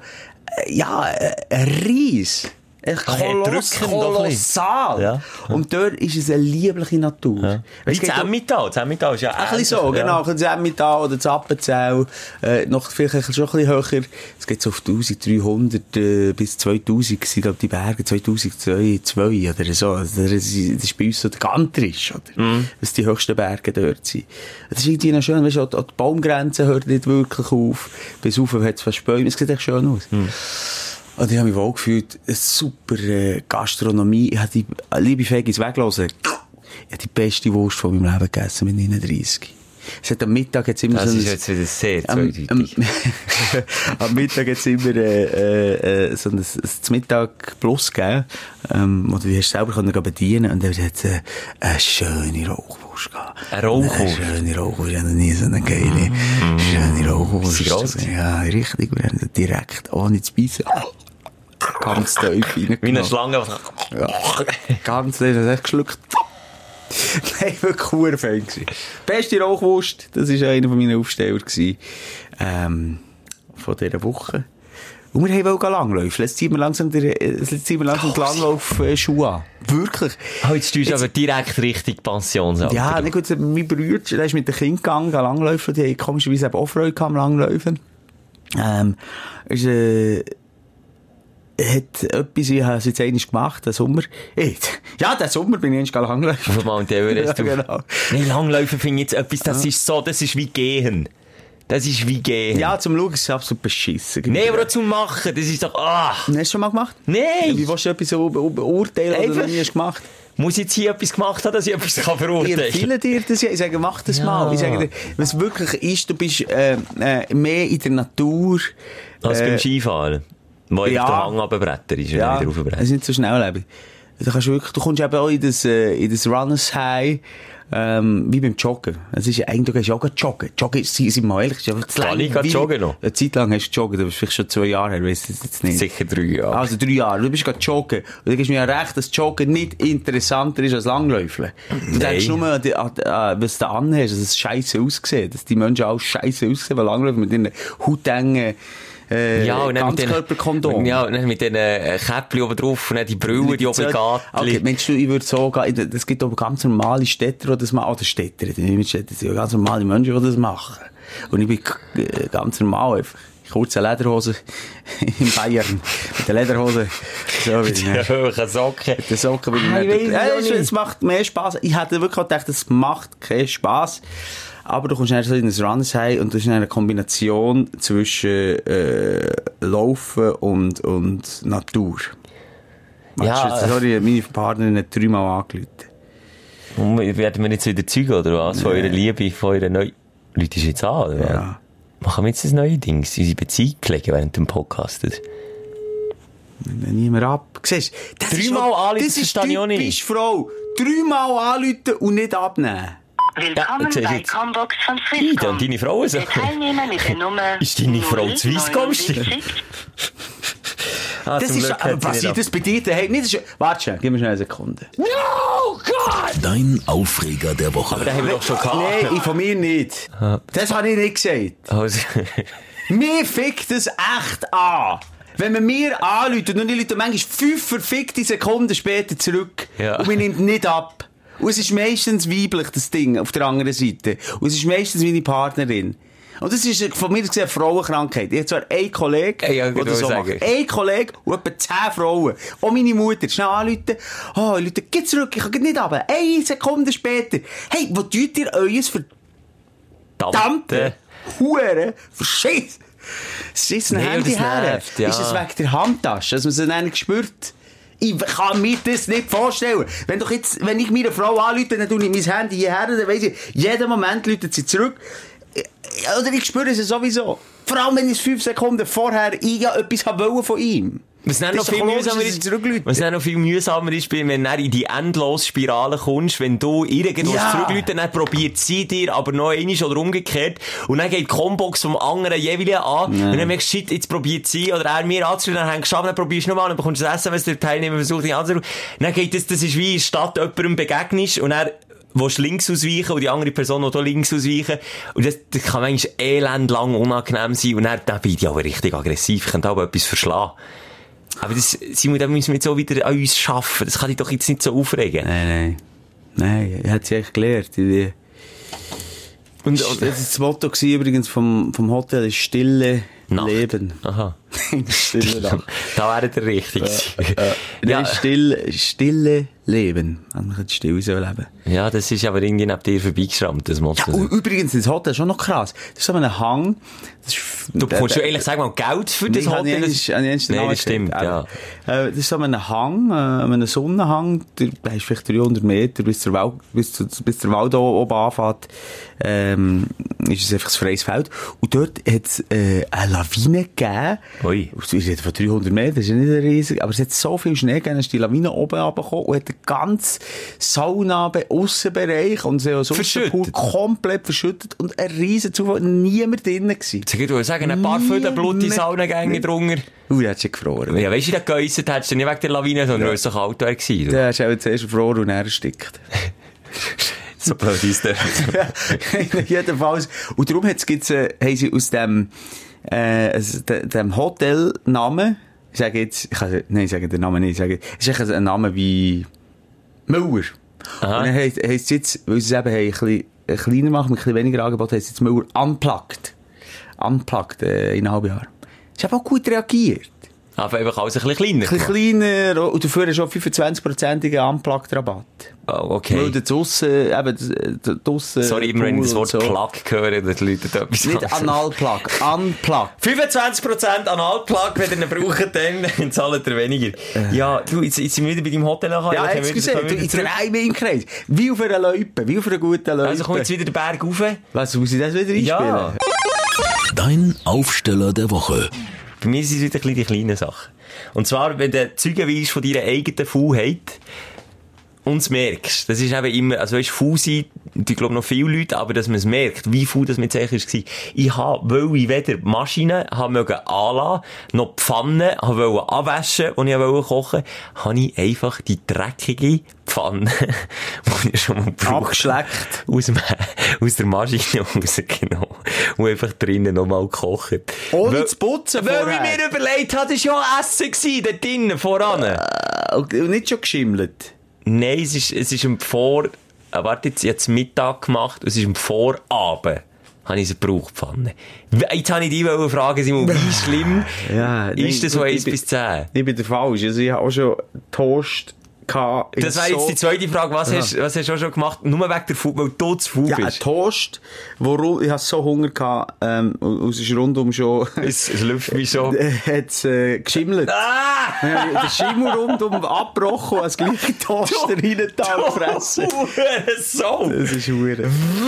Speaker 3: äh, ja, äh, ein Ries. Echt
Speaker 4: Ah, ja,
Speaker 3: Koloss,
Speaker 4: drückend doch ein
Speaker 3: kolossal.
Speaker 4: bisschen. Ja.
Speaker 3: Und dort ist es eine liebliche Natur.
Speaker 4: Wie
Speaker 3: Weisst, geht
Speaker 4: das Emmental. Das Emmental ist ja
Speaker 3: auch- Ein bisschen so,
Speaker 4: ähnlich, ja.
Speaker 3: genau. Ein Zemmital oder Zappenzell, äh, noch vielleicht schon ein bisschen höher. Es geht so auf 1300 äh, bis 2000 sind glaub, die Berge, 2002 oder so. Also Das ist das ist bei uns so der Gantrisch, oder? Dass die höchsten Berge dort sind. Das ist irgendwie noch schön, weißt du, auch die- auch die Baumgrenze hört nicht wirklich auf. Bis auf hat es fast Bäume. Es sieht echt schön aus. Und Also, ich habe mich wohl gefühlt, eine super äh, Gastronomie. Ich habe die, liebe Fegis, weglassen. Ich habe die beste Wurst von meinem Leben gegessen mit 39. Es hat am Mittag jetzt immer
Speaker 4: Das
Speaker 3: so
Speaker 4: ist
Speaker 3: ein-
Speaker 4: jetzt wieder sehr
Speaker 3: am,
Speaker 4: zweideutig.
Speaker 3: am, am Mittag jetzt immer äh, äh, äh, so ein, ein Mittag plus gegeben, ähm, wo du dich hast selber können gehen bedienen und dann hat es äh, eine schöne Rauchwurst gehabt.
Speaker 4: Eine Rauchwurst?
Speaker 3: Eine schöne Rauchwurst. Ich habe noch nie so eine geile, schöne Rauchwurst.
Speaker 4: Ist sie gross gewesen?
Speaker 3: Ja, richtig. Wir haben sie direkt ohne zu beißen. Ganz tief
Speaker 4: Wie eine
Speaker 3: reingenommen.
Speaker 4: Schlange.
Speaker 3: Ja. Ganz tief, das echt geschluckt. Nein, wirklich cool Fan gewesen. Beste Rauchwurst, das war einer meiner Aufsteller gewesen, ähm, von dieser Woche. Und wir haben wohl Langläufe. Jetzt ziehen wir langsam, die, äh, jetzt ziehen wir langsam die Langlaufschuhe an. Wirklich.
Speaker 4: Oh, jetzt steuerst du aber direkt richtig Pensionsalter.
Speaker 3: Ja, nicht gut, mein Bruder, der ist mit den Kindern gegangen, Langläufer, die haben komischerweise eben auch Freude gehabt am Langläufen. Ähm, ist, äh, hat etwas, ich habe es jetzt einmal gemacht, den Sommer. Ey, Ja, den Sommer bin ich einmal Langläufer.
Speaker 4: Auf einmal und Everest. du.
Speaker 3: Ja, genau.
Speaker 4: Nein, Langläufen finde ich jetzt etwas, das ist so, das ist wie gehen. Das ist wie gehen.
Speaker 3: Ja, zum Schauen ist es absolut beschissen.
Speaker 4: Nein, aber auch zum Machen, das ist doch, ah,
Speaker 3: Hast du es schon mal gemacht? Wie
Speaker 4: nein.
Speaker 3: willst du etwas so be- beurteilen, was du noch
Speaker 4: Einfach.
Speaker 3: nie hast gemacht
Speaker 4: Muss ich jetzt hier etwas gemacht haben, dass ich etwas kann
Speaker 3: Ich
Speaker 4: verurteilen kann?
Speaker 3: empfehle dir das ja. Ich sage, mach das
Speaker 4: Ja.
Speaker 3: mal. Ich sage dir, was wirklich ist, du bist äh, äh, mehr in der Natur.
Speaker 4: Als
Speaker 3: Äh,
Speaker 4: beim Skifahren. Wo
Speaker 3: ja.
Speaker 4: ja. der Hang runterbretter ist, wenn ja.
Speaker 3: ja,
Speaker 4: wieder
Speaker 3: es ist
Speaker 4: raufbrettert.
Speaker 3: nicht so schnelllebig. Du, kannst wirklich, du kommst eben auch in das, äh, in das Runners High, ähm, wie beim Joggen. Es ist ja eigentlich, du gehst ja auch grad joggen. Joggen ist, sind wir mal ehrlich, ist einfach zu
Speaker 4: Kann ich grad
Speaker 3: langweilig.
Speaker 4: joggen noch?
Speaker 3: Eine Zeit lang hast du gejoggt, aber es ist vielleicht schon zwei Jahre her, weiss ich jetzt nicht.
Speaker 4: Sicher drei Jahre.
Speaker 3: Also drei Jahre. Du bist gerade joggen. Und dann gibst du mir ja recht, dass Joggen nicht interessanter ist als Langläufeln. Du denkst nur, an, die- ah, an, an, was du an hast, dass es scheiße aussieht. Dass die Menschen auch scheiße aussehen, weil Langläufen mit ihren hautengen, äh,
Speaker 4: ja, und dann mit den,
Speaker 3: Ganzkörperkondom.
Speaker 4: Ja, und dann mit den äh, Käppchen oben drauf und dann die Brille, die Obligatli.
Speaker 3: Okay, meinst du, ich würde so gehen, es gibt aber ganz normale Städter, die das machen, oder Städter, die nicht mit Städter sind, aber ganz normale Menschen, die das machen. Und ich bin k- äh, ganz normal, einfach. Kurze Lederhose in Bayern. Mit der Lederhose. So wie
Speaker 4: Ja, hohe Socken.
Speaker 3: der Socken bin ich
Speaker 4: Ah, ich
Speaker 3: nicht-
Speaker 4: weiss
Speaker 3: Ja,
Speaker 4: auch
Speaker 3: es-
Speaker 4: nicht.
Speaker 3: Es macht mehr Spass. Ich hätte wirklich auch gedacht, es macht keinen Spass. Aber du kommst dann so in ein Runs heim und das ist dann eine Kombination zwischen äh, Laufen und, und Natur.
Speaker 4: Ja, äh.
Speaker 3: Jetzt, sorry, meine Partnerin hat dreimal angerufen.
Speaker 4: Und wir- werden wir jetzt wieder Zeug oder was? Von eurer Liebe, von eurer neuen... Leute, ist jetzt an, oder was?
Speaker 3: Ja.
Speaker 4: Machen wir jetzt ein neues Ding, unsere Beziehung pflegen während dem Podcast. oder?
Speaker 3: Dann niemand ab. Siehst du, das ist
Speaker 4: Dreimal
Speaker 3: auch-
Speaker 4: anrufen,
Speaker 3: Das ist
Speaker 4: verstehe ich auch nicht.
Speaker 3: typisch Frau. Dreimal anrufen und nicht abnehmen.
Speaker 4: Ja,
Speaker 6: Willkommen
Speaker 4: jetzt hast du
Speaker 6: bei
Speaker 4: jetzt-
Speaker 6: Combox von
Speaker 4: Ih, dann
Speaker 6: Swisscom.
Speaker 4: deine Frau so.
Speaker 6: Der Teilnehmer mit der Nummer
Speaker 4: Ist deine Frau die Swisscom?
Speaker 6: 079
Speaker 4: Ah,
Speaker 3: Das
Speaker 4: zum
Speaker 3: ist,
Speaker 4: Glück hat
Speaker 3: aber
Speaker 4: sie
Speaker 3: was
Speaker 4: nicht
Speaker 3: ich
Speaker 4: ab-
Speaker 3: das bei dir daheim nicht, das ist, warte schnell, gib mir schnell eine Sekunde.
Speaker 2: Dein Aufreger der
Speaker 4: Da
Speaker 2: Woche.
Speaker 4: haben wir doch schon gehabt.
Speaker 3: Nein, ich von mir nicht. Das habe ich nicht gesagt.
Speaker 4: Also,
Speaker 3: Mir fickt das echt an. Wenn man mir anruft und die Leute manchmal fünf verfickte Sekunden später zurück
Speaker 4: Ja.
Speaker 3: und man nimmt nicht ab. Und es ist meistens weiblich, das Ding, auf der anderen Seite. Und es ist meistens meine Partnerin. Und das ist von mir gesehen eine Frauenkrankheit. Ich habe zwar einen Kollegen,
Speaker 4: Ja,
Speaker 3: der
Speaker 4: genau,
Speaker 3: das so
Speaker 4: sag
Speaker 3: macht.
Speaker 4: ich.
Speaker 3: Ein Kollege und etwa zehn Frauen. Auch meine Mutter. Schnell anrufen. Oh, Leute, geh zurück, ich kann grad nicht ab. Eine Sekunde später. Hey, wo tut ihr euer Ver... Tante, Hure, verschiss. Scheiss ein
Speaker 4: Nee,
Speaker 3: Handy
Speaker 4: das
Speaker 3: her.
Speaker 4: nervt, ja.
Speaker 3: Ist es wegen der Handtasche, dass man sie dann spürt? Ich kann mir das nicht vorstellen. Wenn, doch jetzt, wenn ich meiner Frau anrufe, dann tue ich mein Handy hierher, dann weiss ich, jeden Moment läutet sie zurück. Äh, Oder ich spüre sie sowieso. Vor allem, wenn ich es fünf Sekunden vorher ich ja etwas habe wollen von ihm
Speaker 4: Was dann, noch
Speaker 3: Das ist
Speaker 4: viel
Speaker 3: doch logisch,
Speaker 4: mühsamer
Speaker 3: dass sie
Speaker 4: ist,
Speaker 3: zurückläuten.
Speaker 4: was dann noch viel mühsamer ist, wenn du dann in die endlose Spirale kommst, wenn du irgendwas
Speaker 3: Ja.
Speaker 4: zurückläuten, dann probiert sie dir aber noch einmal oder umgekehrt und dann geht die Combox vom anderen jeweils an und dann merkst du, shit, jetzt probiert sie oder er mir anzurufen, dann hängst du ab, dann probierst du nochmal, dann bekommst du das SMS, der Teilnehmer versucht dich anzurufen. Dann geht das, das ist wie in der Stadt jemandem begegnest und er willst links ausweichen und die andere Person will auch links ausweichen. Und das, das kann manchmal elendlang unangenehm sein und dann, dann bin ich aber richtig aggressiv, ich könnte aber etwas verschlagen. Aber das, Simon, da müssen wir jetzt auch wieder an uns schaffen. Dus Das kann dich doch jetzt nicht so aufregen.
Speaker 3: Nein, nein. Nein, ich hat sie echt gelernt. Die-
Speaker 4: Und,
Speaker 3: Das
Speaker 4: und,
Speaker 3: war das Motto gewesen übrigens vom, vom Hotel, ist stille
Speaker 4: Nacht.
Speaker 3: Leben.
Speaker 4: aha.
Speaker 3: stille Nacht.
Speaker 4: da wäre der richtig.
Speaker 3: Ja.
Speaker 4: Ja.
Speaker 3: Nein, still, stille Leben. Also Man kann still so leben.
Speaker 4: Ja, das ist aber dus irgendwie neben dir vorbeigeschrammt, das Motto.
Speaker 3: Und übrigens, das Hotel ist schon noch krass. Das ist so ein Hang, das ist das...
Speaker 4: Du bekommst ja ehrlich gesagt mal Geld für das
Speaker 3: Nein,
Speaker 4: Hotel.
Speaker 3: habe ich einmal- habe ich einmal den
Speaker 4: Nein,
Speaker 3: Namen
Speaker 4: das stimmt,
Speaker 3: gesagt,
Speaker 4: ja.
Speaker 3: aber, Äh, das ist so an einem Hang, äh, an einem Sonnenhang, da hast du vielleicht 300 Meter bis zur Wald, bis, zu, bis der Wald o- oben anfängt, ähm, ist es einfach ein freies Feld. Und dort hat es äh, eine Lawine gegeben.
Speaker 4: Ui.
Speaker 3: Und Ich rede von 300 Metern, das ist ja nicht riesig, aber es hat so viel Schnee gegeben, dass die Lawine oben runtergekommen und hat den ganzen Sauna, Aussenbereich und so
Speaker 4: Verschüttet.
Speaker 3: Pool komplett verschüttet und ein riesen Zufall, niemand drinnen gewesen.
Speaker 4: Sag ich, du sagen, ein paar Föder Blut in Saunengänge drunter.
Speaker 3: Ui, der hat schon gefroren.
Speaker 4: Ja, weisst du, da geäussert hättest du nicht wegen der Lawine, sondern weil es so kalt war. oder?
Speaker 3: Der ist auch zuerst gefroren und er erstickt.
Speaker 4: So blöd ist der.
Speaker 3: Jedenfalls. Und darum hat's- gibt's, äh, haben sie aus dem, äh, also de- dem Hotelnamen, ich sage jetzt, ich kann, nein, ich sage den Namen nicht, ich sage, es ist eigentlich ein Name wie Müller.
Speaker 4: Aha.
Speaker 3: Und dann heisst heisst es jetzt, weil sie es eben haben, ein bisschen äh, kleiner machen, mit ein bisschen weniger Angebot, heisst es jetzt Müller Unplugged. Unplugged, äh, in einem halben Jahr. Ist aber auch gut reagiert.
Speaker 4: Aber einfach alles ein bisschen
Speaker 3: Ein
Speaker 4: kleiner.
Speaker 3: bisschen kleiner, und dafür hast du auch 25%igen Unplugged-Rabatt.
Speaker 4: Oh,
Speaker 3: Weil
Speaker 4: okay.
Speaker 3: da draussen, eben, da draussen...
Speaker 4: Sorry, immer wenn ich das
Speaker 3: eh, Pool und
Speaker 4: Wort Plug höre, dann läutet etwas
Speaker 3: Nicht
Speaker 4: an.
Speaker 3: Analplug, Unplug.
Speaker 4: 25% Analplug, wenn ihr ihn braucht, dann zahlt ihr weniger. Ja, du, jetzt, jetzt sind wir wieder bei deinem Hotel angekommen.
Speaker 3: Äh. Ja,
Speaker 4: Dann
Speaker 3: jetzt
Speaker 4: kommen wir-
Speaker 3: gesehen,
Speaker 4: kommen
Speaker 3: du,
Speaker 4: wir
Speaker 3: ich
Speaker 4: zurück.
Speaker 3: drehe mich im Kreis. Wie auf einer Loipe, wie auf einer guten Loipe.
Speaker 4: Also kommt jetzt wieder der Berg rauf.
Speaker 3: Was, muss ich das wieder einspielen?
Speaker 4: Ja.
Speaker 2: Dein Aufsteller der Woche.
Speaker 4: Bei mir sind es wieder ein bisschen die kleinen Sachen. Und zwar, wenn du Zeugen weißt von deiner eigenen Faulheit und es merkst. Das ist eben immer, also weißt, faul sein, ich glaube noch viele Leute, aber dass man es merkt, wie faul das mit sich war. Ich habe, weil ich weder die Maschine habe mögen anlassen, noch die Pfanne habe wollen anwaschen und ich wollte kochen, habe ich einfach die dreckige Pfanne, die ich schon mal gebraucht habe,
Speaker 3: Abgeschleckt.
Speaker 4: aus, dem- aus der Maschine rausgenommen und einfach drinnen nochmal gekocht.
Speaker 3: Ohne
Speaker 4: Weil-
Speaker 3: zu putzen
Speaker 4: Weil ich
Speaker 3: vorher.
Speaker 4: mir überlegt habe, das war ja Essen gewesen, dort drinnen, voran.
Speaker 3: Ah, Und und nicht schon geschimmelt.
Speaker 4: Nein, es ist, es ist im Vor... Ah, Warte, jetzt, ich habe es Mittag gemacht, es ist um im Vorabend. Habe ich sie gebraucht, die Pfanne. W- Jetzt habe ich dich wollen fragen, Simon, wie schlimm
Speaker 3: Ja,
Speaker 4: ist das von
Speaker 3: nein,
Speaker 4: 1
Speaker 3: ich-
Speaker 4: bis 10?
Speaker 3: Ich bin der Falsch, also ich habe auch schon Toast gehabt.
Speaker 4: Das wäre jetzt die zweite Frage. Was, hast, was hast du auch schon gemacht? Nur wegen der Food, weil du zu faul
Speaker 3: Ja, ein
Speaker 4: bist.
Speaker 3: Toast, wo, ich hatte so Hunger, gehabt, ähm, und es ist rundum schon,
Speaker 4: Es, es läuft mich schon.
Speaker 3: hat's, äh, geschimmelt.
Speaker 4: Ah!
Speaker 3: Ja, Der Schimmel rundum abgebrochen und das gleiche Toaster rein da gefressen.
Speaker 4: so!
Speaker 3: Das ist hure.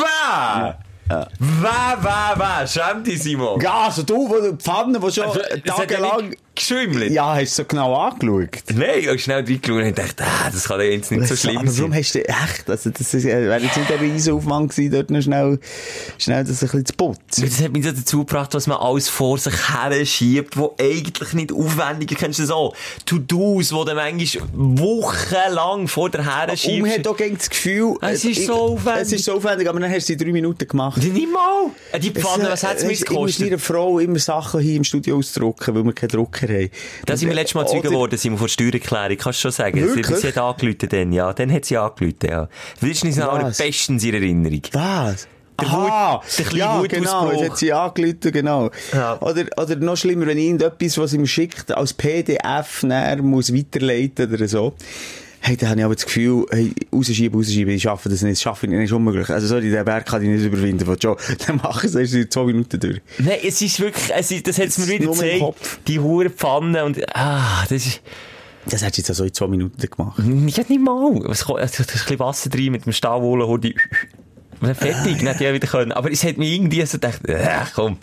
Speaker 4: Wer? Wer, wer, wer? Schäm dich, Simon.
Speaker 3: Ja, also du, wo du Pfanne, die schon
Speaker 4: Es Also, hat ja
Speaker 3: tagelang...
Speaker 4: nicht geschimmelt.
Speaker 3: Ja, hast du so genau angeschaut.
Speaker 4: Nein, ich habe schnell reingeschaut und dachte, ah, das kann ja jetzt nicht so schlimm
Speaker 3: Aber warum
Speaker 4: sein.
Speaker 3: hast du echt, also das ist- äh, wäre jetzt nicht der Riesenaufwand gewesen, dort noch schnell, schnell das ein bisschen zu putzen.
Speaker 4: Das hat mich so dazu gebracht, dass man alles vor sich her schiebt, wo eigentlich nicht aufwendig ist. Kennst du das auch? To-Dos, die du manchmal wochenlang vor dir her
Speaker 3: Und man hat
Speaker 4: schiebst.
Speaker 3: auch gegen das Gefühl...
Speaker 4: Es
Speaker 3: äh,
Speaker 4: ist
Speaker 3: ich-
Speaker 4: so aufwendig.
Speaker 3: Es ist so aufwendig, aber dann hast du sie drei Minuten gemacht.
Speaker 4: Die nicht mal! Äh, Die Pfanne, was hat es mir
Speaker 3: Ich muss
Speaker 4: gekostet?
Speaker 3: meiner Frau immer Sachen hier im Studio ausdrucken, weil wir keinen Drucker haben. äh,
Speaker 4: Da sind wir letztes Mal
Speaker 3: Oder-
Speaker 4: Zeugen geworden, sind wir von der Steuererklärung, kannst du schon sagen. Sie,
Speaker 3: Wirklich?
Speaker 4: sie hat angelüht dann, ja. Dann hat sie angelüht, ja. Willst du nicht noch
Speaker 3: Was?
Speaker 4: bestens in Erinnerung?
Speaker 3: Was?
Speaker 4: Der Wut- der kleine
Speaker 3: ja, genau,
Speaker 4: Wutausbruch.
Speaker 3: jetzt hat sie angeläutet, genau.
Speaker 4: Ja.
Speaker 3: Oder, oder noch schlimmer, wenn ich irgendetwas, was sie mir schickt, als PDF näher muss weiterleiten oder so. Hey, da habe ich aber das Gefühl, hey, rausschieben, rausschieben, ich schaffe das nicht, das schaffe ich nicht, das ist unmöglich. Also sorry, den Berg kann ich nicht überwinden von Joe. Dann mache ich es erst in zwei Minuten durch.
Speaker 4: Nein, es ist wirklich, es ist, das hat es mir
Speaker 3: ist
Speaker 4: wieder
Speaker 3: nur mein
Speaker 4: gezeigt.
Speaker 3: Kopf.
Speaker 4: Die hure Pfanne und, ah, das ist,
Speaker 3: Das hättest du jetzt also in zwei Minuten gemacht.
Speaker 4: ich hätte nicht mal. Es kommt, es kommt ein bisschen Wasser drin mit dem Stahlwohlen, und die, und dann fertig, dann hätte ich auch wieder können. Aber es hat mir irgendwie so gedacht, äh, komm,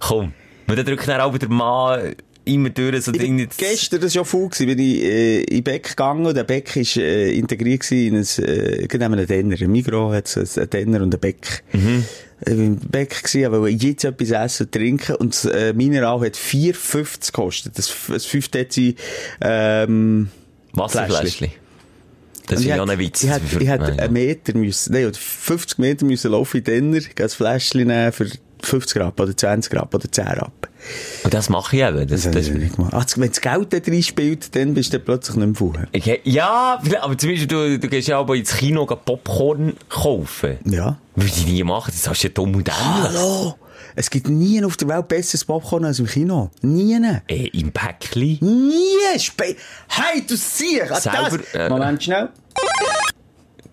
Speaker 4: komm. Und dann drückt dann auch wieder der Mann immer durch, so
Speaker 3: Ich
Speaker 4: Ding
Speaker 3: bin
Speaker 4: jetzt.
Speaker 3: gestern, das ist ja voll gewesen, bin ich, äh, in den Beck gegangen und der Beck ist, äh, integriert gewesen in ein, äh, genau einen Denner. Im Migros hat es einen Denner und einen Beck.
Speaker 4: Mhm.
Speaker 3: Ich bin im Beck gewesen, aber jetzt etwas essen und trinken und das äh, Mineral hat 4,50 gekostet. Das, f- das 5 Dezi, ähm,
Speaker 4: Wasserfläschchen. Das ist
Speaker 3: ich
Speaker 4: ja
Speaker 3: hätte-
Speaker 4: ein Witz.
Speaker 3: Ich hätte, ich hätte einen Meter müssen, nein, oder 50 Meter müssen laufen in den Denner, ein Fläschchen nehmen für 50 Rappen oder 20 Rappen oder 10 Rappen.
Speaker 4: Und das mache ich eben. Das,
Speaker 3: Das
Speaker 4: das,
Speaker 3: habe ich nicht gemacht. Ah, das- wenn das Geld da drin spielt, dann bist du plötzlich nicht mehr vorher.
Speaker 4: okay. Ja, aber zum Beispiel, du, du gehst ja aber ins Kino Popcorn kaufen.
Speaker 3: Ja.
Speaker 4: Würde ich nie machen, das hast du ja dumm und dämlich.
Speaker 3: Hallo! Ah, Es gibt nie auf der Welt besseres Popcorn als im Kino. Nie.
Speaker 4: Äh, Im Päckli.
Speaker 3: Nie! Spe hey, du siehst! ah,
Speaker 4: Selber, äh,
Speaker 3: Moment, schnell.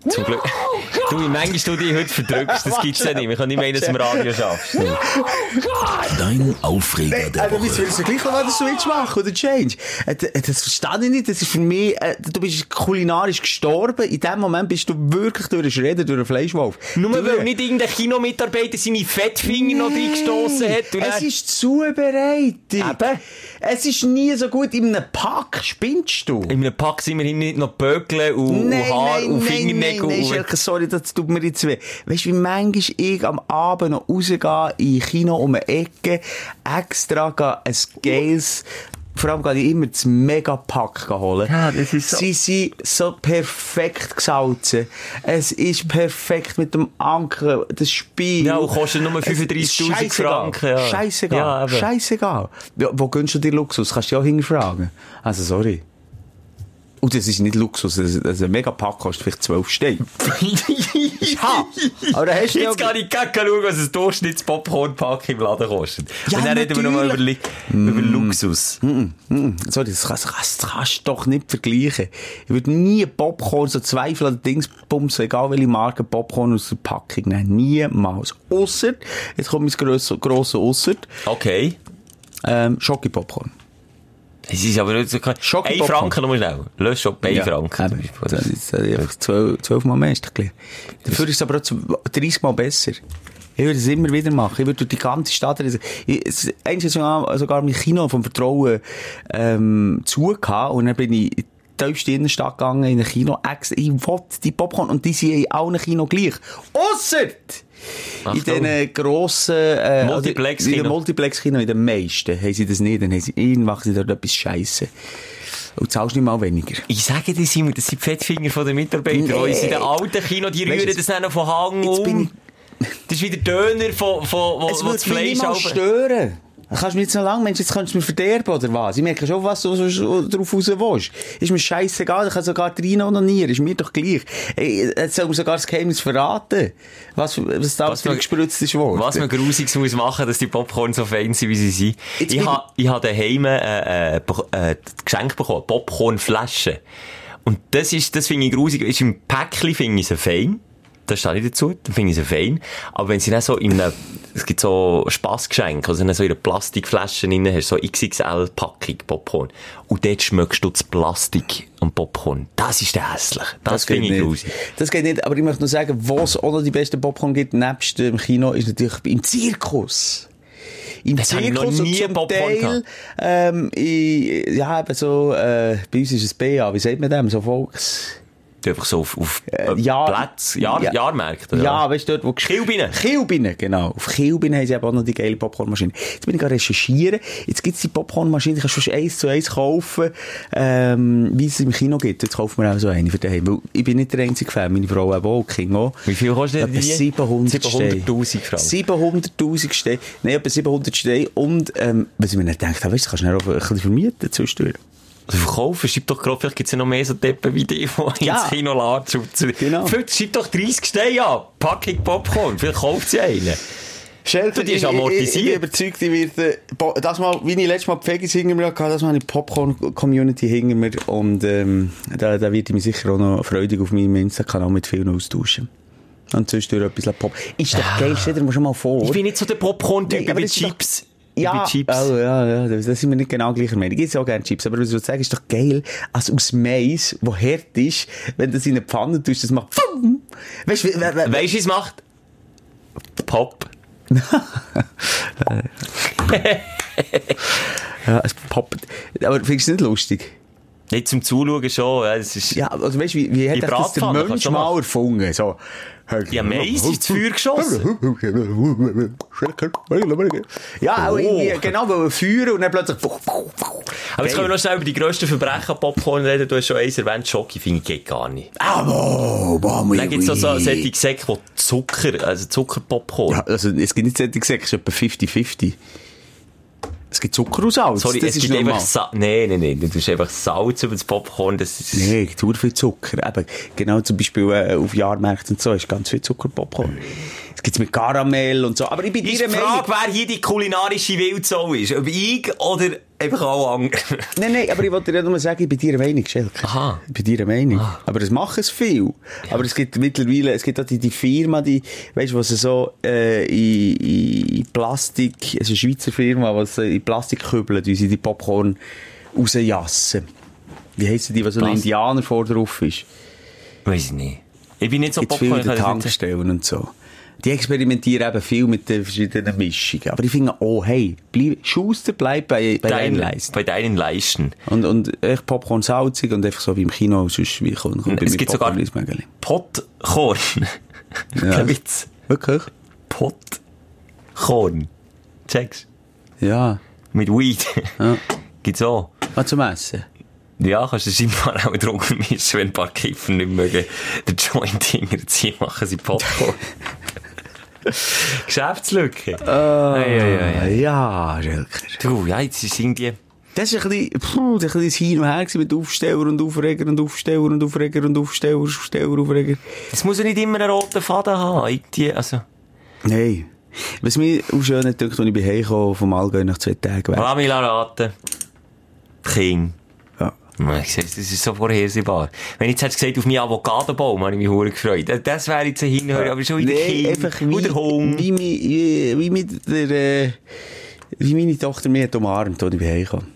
Speaker 4: Zum Glück. Du, wie manchmal du dich heute verdrückst, das gibt's ja nicht. Wir können nicht meinen, dass du im Radio schaffst.
Speaker 2: Dein Aufreger der
Speaker 3: Also, wir
Speaker 2: Woche.
Speaker 3: müssen gleich noch den Switch machen oder Change. Äh, d- äh, Das verstehe ich nicht. Das ist für mich, äh, du bist kulinarisch gestorben. In dem Moment bist du wirklich durch einen Schredder, durch einen Fleischwolf.
Speaker 6: Nur
Speaker 3: Durch.
Speaker 6: weil nicht irgendein Kinomitarbeiter seine Fettfinger noch reingestossen hat. Und
Speaker 3: Es
Speaker 6: dann-
Speaker 3: ist zubereitet.
Speaker 6: Eben.
Speaker 3: Es ist nie so gut in einem Pack. Spinnst du?
Speaker 6: in einem Pack sind wir hin nicht noch Böckeln und, und Haar und Fingernägel.
Speaker 3: nein, nein,
Speaker 6: und
Speaker 3: Schelke, sorry, das tut mir jetzt weh. Weißt du, wie manchmal ich am Abend noch rausgehe in Kino um eine Ecke, extra gehe ein geiles, vor allem gehe ich immer das Megapack holen.
Speaker 4: Ja, das ist so-
Speaker 3: Sie sind so perfekt gesalzen. Es ist perfekt mit dem Anker, das Spiel.
Speaker 6: Ja, und kostet nur
Speaker 3: Es-
Speaker 6: 35'000
Speaker 3: scheissegal.
Speaker 6: Franken, ja. Ja,
Speaker 3: Scheissegal.
Speaker 6: eben.
Speaker 3: Scheissegal. Ja, wo gönnst du dir Luxus? Kannst du dich auch hinterfragen. Also, sorry. Und das ist nicht Luxus, das, das ein Megapack kostet vielleicht 12 Steine. Ha! Aber da hast du ja...
Speaker 4: Jetzt kann ich gar nicht schauen, was ein Durchschnitts-Popcorn-Pack im Laden kostet.
Speaker 3: Ja,
Speaker 4: Und dann reden wir nochmal über, Li- über Luxus.
Speaker 3: Sorry, das, kannst- das, kannst- das kannst du doch nicht vergleichen. Ich würde nie Popcorn, so Zweifel an Dingsbums, egal welche Marke Popcorn aus der Packung nehmen. Niemals. Ausser, jetzt kommt mein grosses grosse Ausser,
Speaker 4: Okay.
Speaker 3: ähm, Schocke-Popcorn.
Speaker 4: Es ist aber nicht so... Ein
Speaker 3: Schocke-
Speaker 4: Franken nochmal schnell. Lösch schon bei Franken. zum
Speaker 3: eben.
Speaker 4: Beispiel.
Speaker 3: Das ist äh, einfach zwölf, zwölfmal mehr. Ist doch gleich. Dafür ist es aber auch zw- 30 Mal besser. Ich würde es immer wieder machen. Ich würde durch die ganze Stadt reisen. Ich- es- Eins hat sogar, sogar mein Kino vom Vertrauen ähm, zugehauen und dann bin ich in die tiefste Innenstadt gegangen, in ein Kino, extra, ich wollte die Popcorn und die sind in allen Kino gleich. Ausser! In diesen grossen... Äh,
Speaker 4: Multiplex-Kino.
Speaker 3: In den Multiplex-Kino, in den meisten, haben sie das nicht. Dann haben sie, irgendwann machen sie dort etwas Scheisse. Und zahlst nicht mal weniger.
Speaker 4: Ich sage dir, Simon, das sind die Fettfinger von den Mitarbeitern, die
Speaker 3: Nee.
Speaker 4: uns in den alten Kino, die
Speaker 3: Weißt du,
Speaker 4: rühren das
Speaker 3: jetzt-
Speaker 4: dann noch von Hang
Speaker 3: jetzt bin
Speaker 4: um. Das ist wieder Döner von, von, wo,
Speaker 3: Es
Speaker 4: wo
Speaker 3: würde
Speaker 4: das
Speaker 3: mich
Speaker 4: Fleisch...
Speaker 3: niemals
Speaker 4: aber-
Speaker 3: stören. Dann Kannst du mir jetzt noch lang, Mensch, jetzt könntest du mir verderben, oder was? Ich merke schon, was du so- so drauf raus willst. Ist mir scheißegal, ich kann sogar rein onanieren, ist mir doch gleich. Ey, jetzt soll mir sogar das Geheimnis verraten, was, was da
Speaker 4: man-
Speaker 3: drin gespritzt ist worden.
Speaker 4: Was man grusiges muss machen, dass die Popcorn so fein sind, wie sie sind.
Speaker 3: Jetzt
Speaker 4: ich
Speaker 3: bin-
Speaker 4: habe ich ha daheim äh, äh, bek- äh, Geschenk bekommen, Popcornflaschen. Und das ist, das finde ich grusig. Ist im Päckchen finde ich sie fein. Da stehe ich dazu, da finde ich sie fein. Aber wenn sie dann so in einem, es gibt so Spassgeschenke, also dann so in einer Plastikflasche drin hast, so XXL-Packung Popcorn. Und dort schmeckst du das Plastik am Popcorn. Das ist hässlich. Das,
Speaker 3: geht
Speaker 4: finde ich
Speaker 3: nicht.
Speaker 4: grusig.
Speaker 3: Das geht nicht, aber ich möchte nur sagen, wo es auch noch die besten Popcorn gibt, nebst dem Kino, ist natürlich im Zirkus. Im
Speaker 4: Das habe ich noch
Speaker 3: Zirkus und
Speaker 4: nie
Speaker 3: zum
Speaker 4: Popcorn
Speaker 3: Teil,
Speaker 4: gehabt.
Speaker 3: ähm, in, ja, eben so, äh, bei uns ist es BA, wie sagt man dem, so Volks...
Speaker 4: Du einfach so auf, auf äh,
Speaker 3: ja.
Speaker 4: Plätze, Jahr,
Speaker 3: Ja.
Speaker 4: Jahrmärkte. oder
Speaker 3: Ja,
Speaker 4: was?
Speaker 3: weißt du dort, wo...
Speaker 4: Kilbinnen.
Speaker 3: Kilbinnen, genau. Auf Kilbinnen haben sie eben auch noch die geile Popcornmaschine. Jetzt bin ich gerade recherchieren. Jetzt gibt's die Popcornmaschine, die kannst du schon eins zu eins kaufen, ähm, wie es im Kino gibt. Jetzt kaufen wir auch so eine für daheim. Weil ich bin nicht der einzige Fan, meine Frau eben auch, King auch.
Speaker 4: Wie viel kostet
Speaker 3: Etwa
Speaker 4: die? eh?
Speaker 3: 700 Steine.
Speaker 4: 700'000 Franken.
Speaker 3: 700'000 Steine. Nein, etwa 700 Steine. Und, ähm, was ich mir nicht gedacht habe, weißt du, kannst du dann auch ein bisschen vermieten zwischendurch.
Speaker 4: Also verkaufen, schreib doch gerade, vielleicht gibt's ja noch mehr so Deppen wie die, die
Speaker 3: Ja.
Speaker 4: ins Kino laden.
Speaker 3: Genau.
Speaker 4: Genau. Schreib doch 30 Steine an, Packung Popcorn, vielleicht kauft sie einen.
Speaker 3: Shelter,
Speaker 4: Die ist
Speaker 3: ich- ich- Ich,
Speaker 4: amortisiert.
Speaker 3: bin überzeugt, ich werde, Bo- das mal, wie ich letztes Mal die Veggies hinter mir hatte, das mal habe ich die Popcorn-Community hinter mir und, ähm, da, da werde ich mich sicher auch noch freudig auf meinem Insta-Kanal mit vielen austauschen. Und zwischendurch etwas Pop. Ist doch geil, stell dir mal schon mal vor.
Speaker 4: Ich bin nicht so der Popcorn-Typ,
Speaker 3: Nein,
Speaker 4: ich
Speaker 3: aber
Speaker 4: bin
Speaker 3: das ist doch-
Speaker 4: Chips. Ich
Speaker 3: Ja,
Speaker 4: bin Chips.
Speaker 3: Oh, ja, ja, da da sind wir nicht genau gleicher Meinung. Ich esse auch gerne Chips, aber was ich würde sagen, ist doch geil, als aus Mais, wo hart ist, wenn du das in eine Pfanne tust, das macht Pfumm. Weißt du, we- we- we-
Speaker 4: Weißt du, wie es macht? Pop.
Speaker 3: ja, es poppt. Aber findest du es nicht lustig?
Speaker 4: Nicht zum Zuschauen schon, ja, das ist...
Speaker 3: Ja, also weißt du, wie, wie hat
Speaker 4: Die
Speaker 3: echt das der
Speaker 4: Bratpfanne kannst
Speaker 3: Mensch
Speaker 4: du
Speaker 3: mal
Speaker 4: machen.
Speaker 3: erfunden? So.
Speaker 4: Ja, Mais ist zu Feuer geschossen.
Speaker 3: Ja, auch
Speaker 4: Oh.
Speaker 3: irgendwie, genau, weil wir feuern und dann plötzlich.
Speaker 4: Aber jetzt können wir noch schnell über die grössten Verbrechen an Popcorn reden. Du hast schon eins erwähnt, Schoki finde ich geht gar nicht.
Speaker 3: Ah, Aber, Mami.
Speaker 4: Dann gibt's auch so solche Säcke, wo Zucker, also Zuckerpopcorn...
Speaker 3: Ja, also, es gibt nicht solche gesagt, es ist etwa 50-50. Es gibt Zucker aus Salz.
Speaker 4: Sorry,
Speaker 3: das
Speaker 4: es
Speaker 3: ist
Speaker 4: gibt
Speaker 3: normal.
Speaker 4: einfach Sa Nein, nein, nein. Du tust einfach Salz über das Popcorn. Das ist
Speaker 3: Nee, es gibt sehr viel Zucker. Eben, genau, zum Beispiel äh, auf Jahrmärkten und so ist ganz viel Zuckerpopcorn. Es gibt's mit Karamell und so. Aber ich bin
Speaker 4: Ist
Speaker 3: dir
Speaker 4: die Frage, wer hier die kulinarische Wildsau ist. Ob ich oder einfach auch Anger.
Speaker 3: Nein, nein, aber ich wollte dir ja nur sagen, ich bin deiner Meinung, Schelke.
Speaker 4: Aha. Ah.
Speaker 3: Ich bin deiner Meinung. Aber es machen es viel. Aber es gibt mittlerweile, es gibt auch die, die Firma, die, weißt du, was so äh, in, in Plastik, es ist eine Schweizer Firma, was in Plastikkübeln unsere die Popcorn rausjassen. Wie heissen die, was so ein
Speaker 4: Plast-
Speaker 3: Indianer vor drauf ist?
Speaker 4: Weiß ich nicht. Ich bin nicht so
Speaker 3: Gibt viel in
Speaker 4: Popcorn, ich
Speaker 3: den
Speaker 4: kann das nicht
Speaker 3: Tankstellen und so. Die experimentieren eben viel mit den verschiedenen Mischungen. Aber ich finde, oh hey, bleib, Schuster bleibt bei, bei deinen
Speaker 4: Dein,
Speaker 3: Leisten.
Speaker 4: bei deinen Leisten.
Speaker 3: Und, und echt Popcorn salzig und einfach so wie im Kino, sonst wie kommt, kommt bei
Speaker 4: Es
Speaker 3: mir
Speaker 4: gibt
Speaker 3: Popcorn
Speaker 4: sogar-
Speaker 3: ins Mägeli.
Speaker 4: Potkorn. Kein Witz.
Speaker 3: Wirklich?
Speaker 4: Potkorn. Checkst?
Speaker 3: Ja.
Speaker 4: Mit Weed.
Speaker 3: Ja.
Speaker 4: Gibt's auch.
Speaker 3: Ah, zum Essen?
Speaker 4: Ja, kannst du scheinbar auch mit Drogen mischen, wenn ein paar Kiffer nicht mögen. Der Joint hinterziehen, machen sie Popcorn. Geschäftslücke.
Speaker 3: Ah.
Speaker 4: Ei, ei, ei, ei.
Speaker 3: ja, Schelker.
Speaker 4: Du, ja, jetzt ist irgendwie...
Speaker 3: Das ist ein bisschen, puh, das ist ein bisschen hin und her gewesen mit Aufsteller und Aufreger und Aufsteller und Aufreger und Aufsteller, Aufsteller, Aufreger.
Speaker 4: Es muss ja nicht immer einen roten Faden haben. Irgendwie, also...
Speaker 3: Nein. Was mir auch schön hat, als ich bin heimgekommen vom Allgäu nach zwei Tagen weg.
Speaker 4: Lass mich raten. King.
Speaker 3: Ja.
Speaker 4: Ja, Ich sehe, das ist so vorhersehbar. Wenn ich jetzt hättest gesagt, auf meinen Avocadobaum, habe ich mich hure gefreut. Äh, Das wäre jetzt ein Hinhörer, aber schon wieder
Speaker 3: Nee,
Speaker 4: Kind,
Speaker 3: einfach wie,
Speaker 4: wieder Hund.
Speaker 3: wie, mi- wie, wie mit der, äh, wie meine Tochter mich hat umarmt, als ich bin heimgekommen.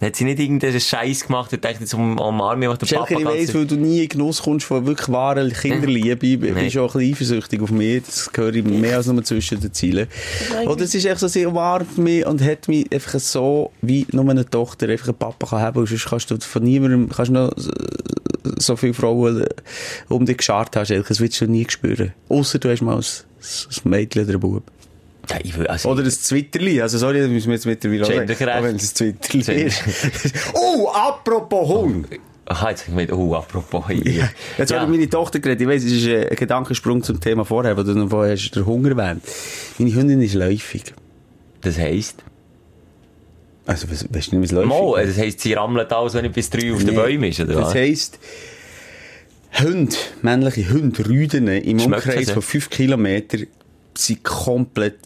Speaker 4: Hat sie nicht irgendeinen Scheiß gemacht und denkt jetzt um, um Arme, was der
Speaker 3: Schelker,
Speaker 4: Papa
Speaker 3: ich weiss,
Speaker 4: ganz...
Speaker 3: weil du nie in Genuss kommst von wirklich wahren Kinderliebe. Ich bin
Speaker 4: Nein.
Speaker 3: schon ein bisschen eifersüchtig auf mich. Das höre ich mehr als nur zwischen den Zielen. Oder es ist echt so, sie umarmt mich und hat mich einfach so, wie nur eine Tochter einfach einen Papa kann haben. Und sonst kannst du von niemandem, kannst du noch so- so viele Frauen äh, um dich geschart haben, Schelker. Das willst du nie spüren. Außer du hast mal ein, ein Mädchen oder einen Bub.
Speaker 4: Ja, ich will, also,
Speaker 3: Oder ein Zwitterli. Also, sorry, da müssen wir jetzt mittlerweile
Speaker 4: Gendergerecht.
Speaker 3: Auch wenn es ein Zwitterli
Speaker 4: Gender-
Speaker 3: ist. oh, apropos Hund!
Speaker 4: aha, jetzt habe ich gemeint, oh, apropos. Ja.
Speaker 3: Jetzt
Speaker 4: ja.
Speaker 3: habe ich meine Tochter geredet. Ich weiss, es ist äh, ein Gedankensprung zum Thema vorher, wo du noch vorher hast, den Hunger erwähnt. Meine Hündin ist läufig.
Speaker 4: Das heisst...
Speaker 3: Also, was, weißt du nicht, was läufig
Speaker 4: Mo, das heisst, sie rammelt alles, wenn ich bis drei auf den Bäumen ist, oder
Speaker 3: Das
Speaker 4: was?
Speaker 3: heisst, Hunde, männliche Hunde, Rüden im
Speaker 4: Schmeckt
Speaker 3: Umkreis
Speaker 4: das,
Speaker 3: von
Speaker 4: ja?
Speaker 3: 5 Kilometern sind komplett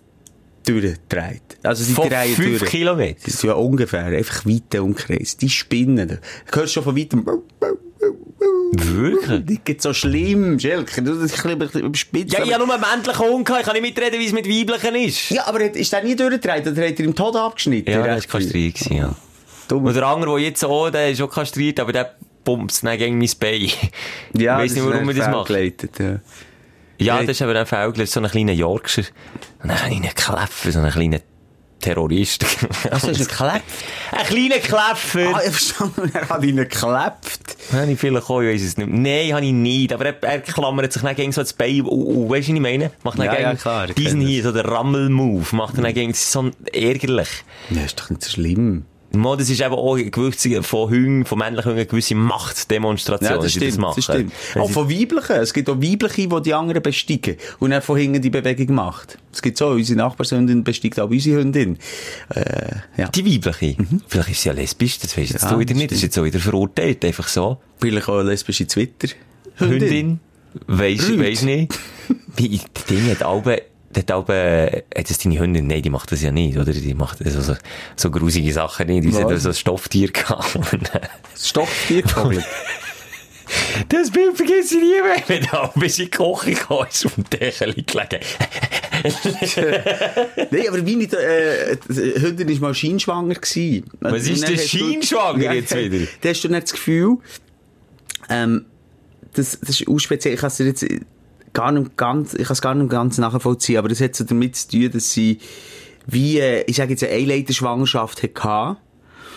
Speaker 3: durchgedreht. Also, sie
Speaker 4: Von
Speaker 3: drehen
Speaker 4: fünf
Speaker 3: durch.
Speaker 4: Kilometern?
Speaker 3: Das ist ja ungefähr, einfach weiter Umkreis. Die spinnen. Du hörst schon von weitem.
Speaker 4: Wirklich?
Speaker 3: Die geht so schlimm, Schelke. Du, das ist ein bisschen überspitzt.
Speaker 4: Ja,
Speaker 3: aber-
Speaker 4: ich habe nur einen männlichen Hund gehabt, ich kann nicht mitreden, wie es mit weiblichen ist.
Speaker 3: Ja, aber hat- ist der nie durchgedreht? Oder hat er im Tod abgeschnitten?
Speaker 4: Ja,
Speaker 3: Der
Speaker 4: das war kastriert, gewesen, ja. Und
Speaker 3: Dumm.
Speaker 4: der andere, der jetzt auch, der ist auch kastriert, aber der pumpt dann gegen mein Bein.
Speaker 3: Ja,
Speaker 4: ich weiss nicht, warum er das macht.
Speaker 3: Geleitet, ja.
Speaker 4: Ja, das ist aber ein Vögel, so ein kleiner Yorkshire. Und dann einen kleinen Kläffer, so einen kleinen Terrorist.
Speaker 3: Ach, so, ist ein Klepft.
Speaker 4: ein kleiner Kläffer!
Speaker 3: Ah, ich verstanden, er hat ihn geklepft.
Speaker 4: Habe ich vielleicht auch, ich weiss es nicht. Nein, habe ich nicht. Aber er, er klammert sich dann gegen so das Bein. Und, und weißt du, was ich meine? Macht dann
Speaker 3: Ja,
Speaker 4: gegen
Speaker 3: ja, klar, ich
Speaker 4: diesen
Speaker 3: kenn
Speaker 4: hier, so den Rammel-Move. Macht dann gegen, das ist so ärgerlich.
Speaker 3: Ja, ist doch nicht so schlimm.
Speaker 4: Mo, das ist eben auch eine gewisse, von Hüngen, von männlichen Hüngen, eine gewisse Machtdemonstration,
Speaker 3: Ja,
Speaker 4: wenn
Speaker 3: das
Speaker 4: sie
Speaker 3: stimmt, das,
Speaker 4: machen.
Speaker 3: stimmt.
Speaker 4: Wenn
Speaker 3: Auch
Speaker 4: sie-
Speaker 3: von Weiblichen. Es gibt auch Weibliche, die die anderen besteigen. Und dann von hinten die Bewegung macht. Es gibt so, unsere Nachbarshündin besteigt auch unsere Hündin. Äh, ja.
Speaker 4: Die weibliche. Vielleicht ist sie ja lesbisch, das weisst jetzt
Speaker 3: Mhm. Ja,
Speaker 4: du wieder
Speaker 3: das
Speaker 4: nicht. Das ist jetzt so wieder verurteilt, einfach so.
Speaker 3: Vielleicht auch eine lesbische Twitter.
Speaker 4: Hündin. Weisst
Speaker 3: Rüd.
Speaker 4: weisst nicht. Wie, die Ding hat alle, hat alle, hat das deine Hündin? Nein, die macht das ja nicht, oder? Die macht so, so, so grusige Sachen nicht. Die hat
Speaker 3: Was?
Speaker 4: so ein Stofftier gehabt. Und, äh,
Speaker 3: Stofftier geholt.
Speaker 4: Das Bild vergiss ich nie mehr. Wenn du auch ein bisschen kochen kannst, auf dem Deckel gelegen.
Speaker 3: Nein, aber meine äh, die Hündin war mal scheinschwanger. Gewesen. Also,
Speaker 4: Was ist denn scheinschwanger jetzt wieder?
Speaker 3: Da hast du nicht das Gefühl, ähm, das, das ist auch speziell, ich kann es dir jetzt gar nicht ganz, ich kann es gar nicht ganz nachvollziehen, aber das hat so damit zu tun, dass sie wie, äh, ich sage jetzt, eine Eileiterschwangerschaft hatte.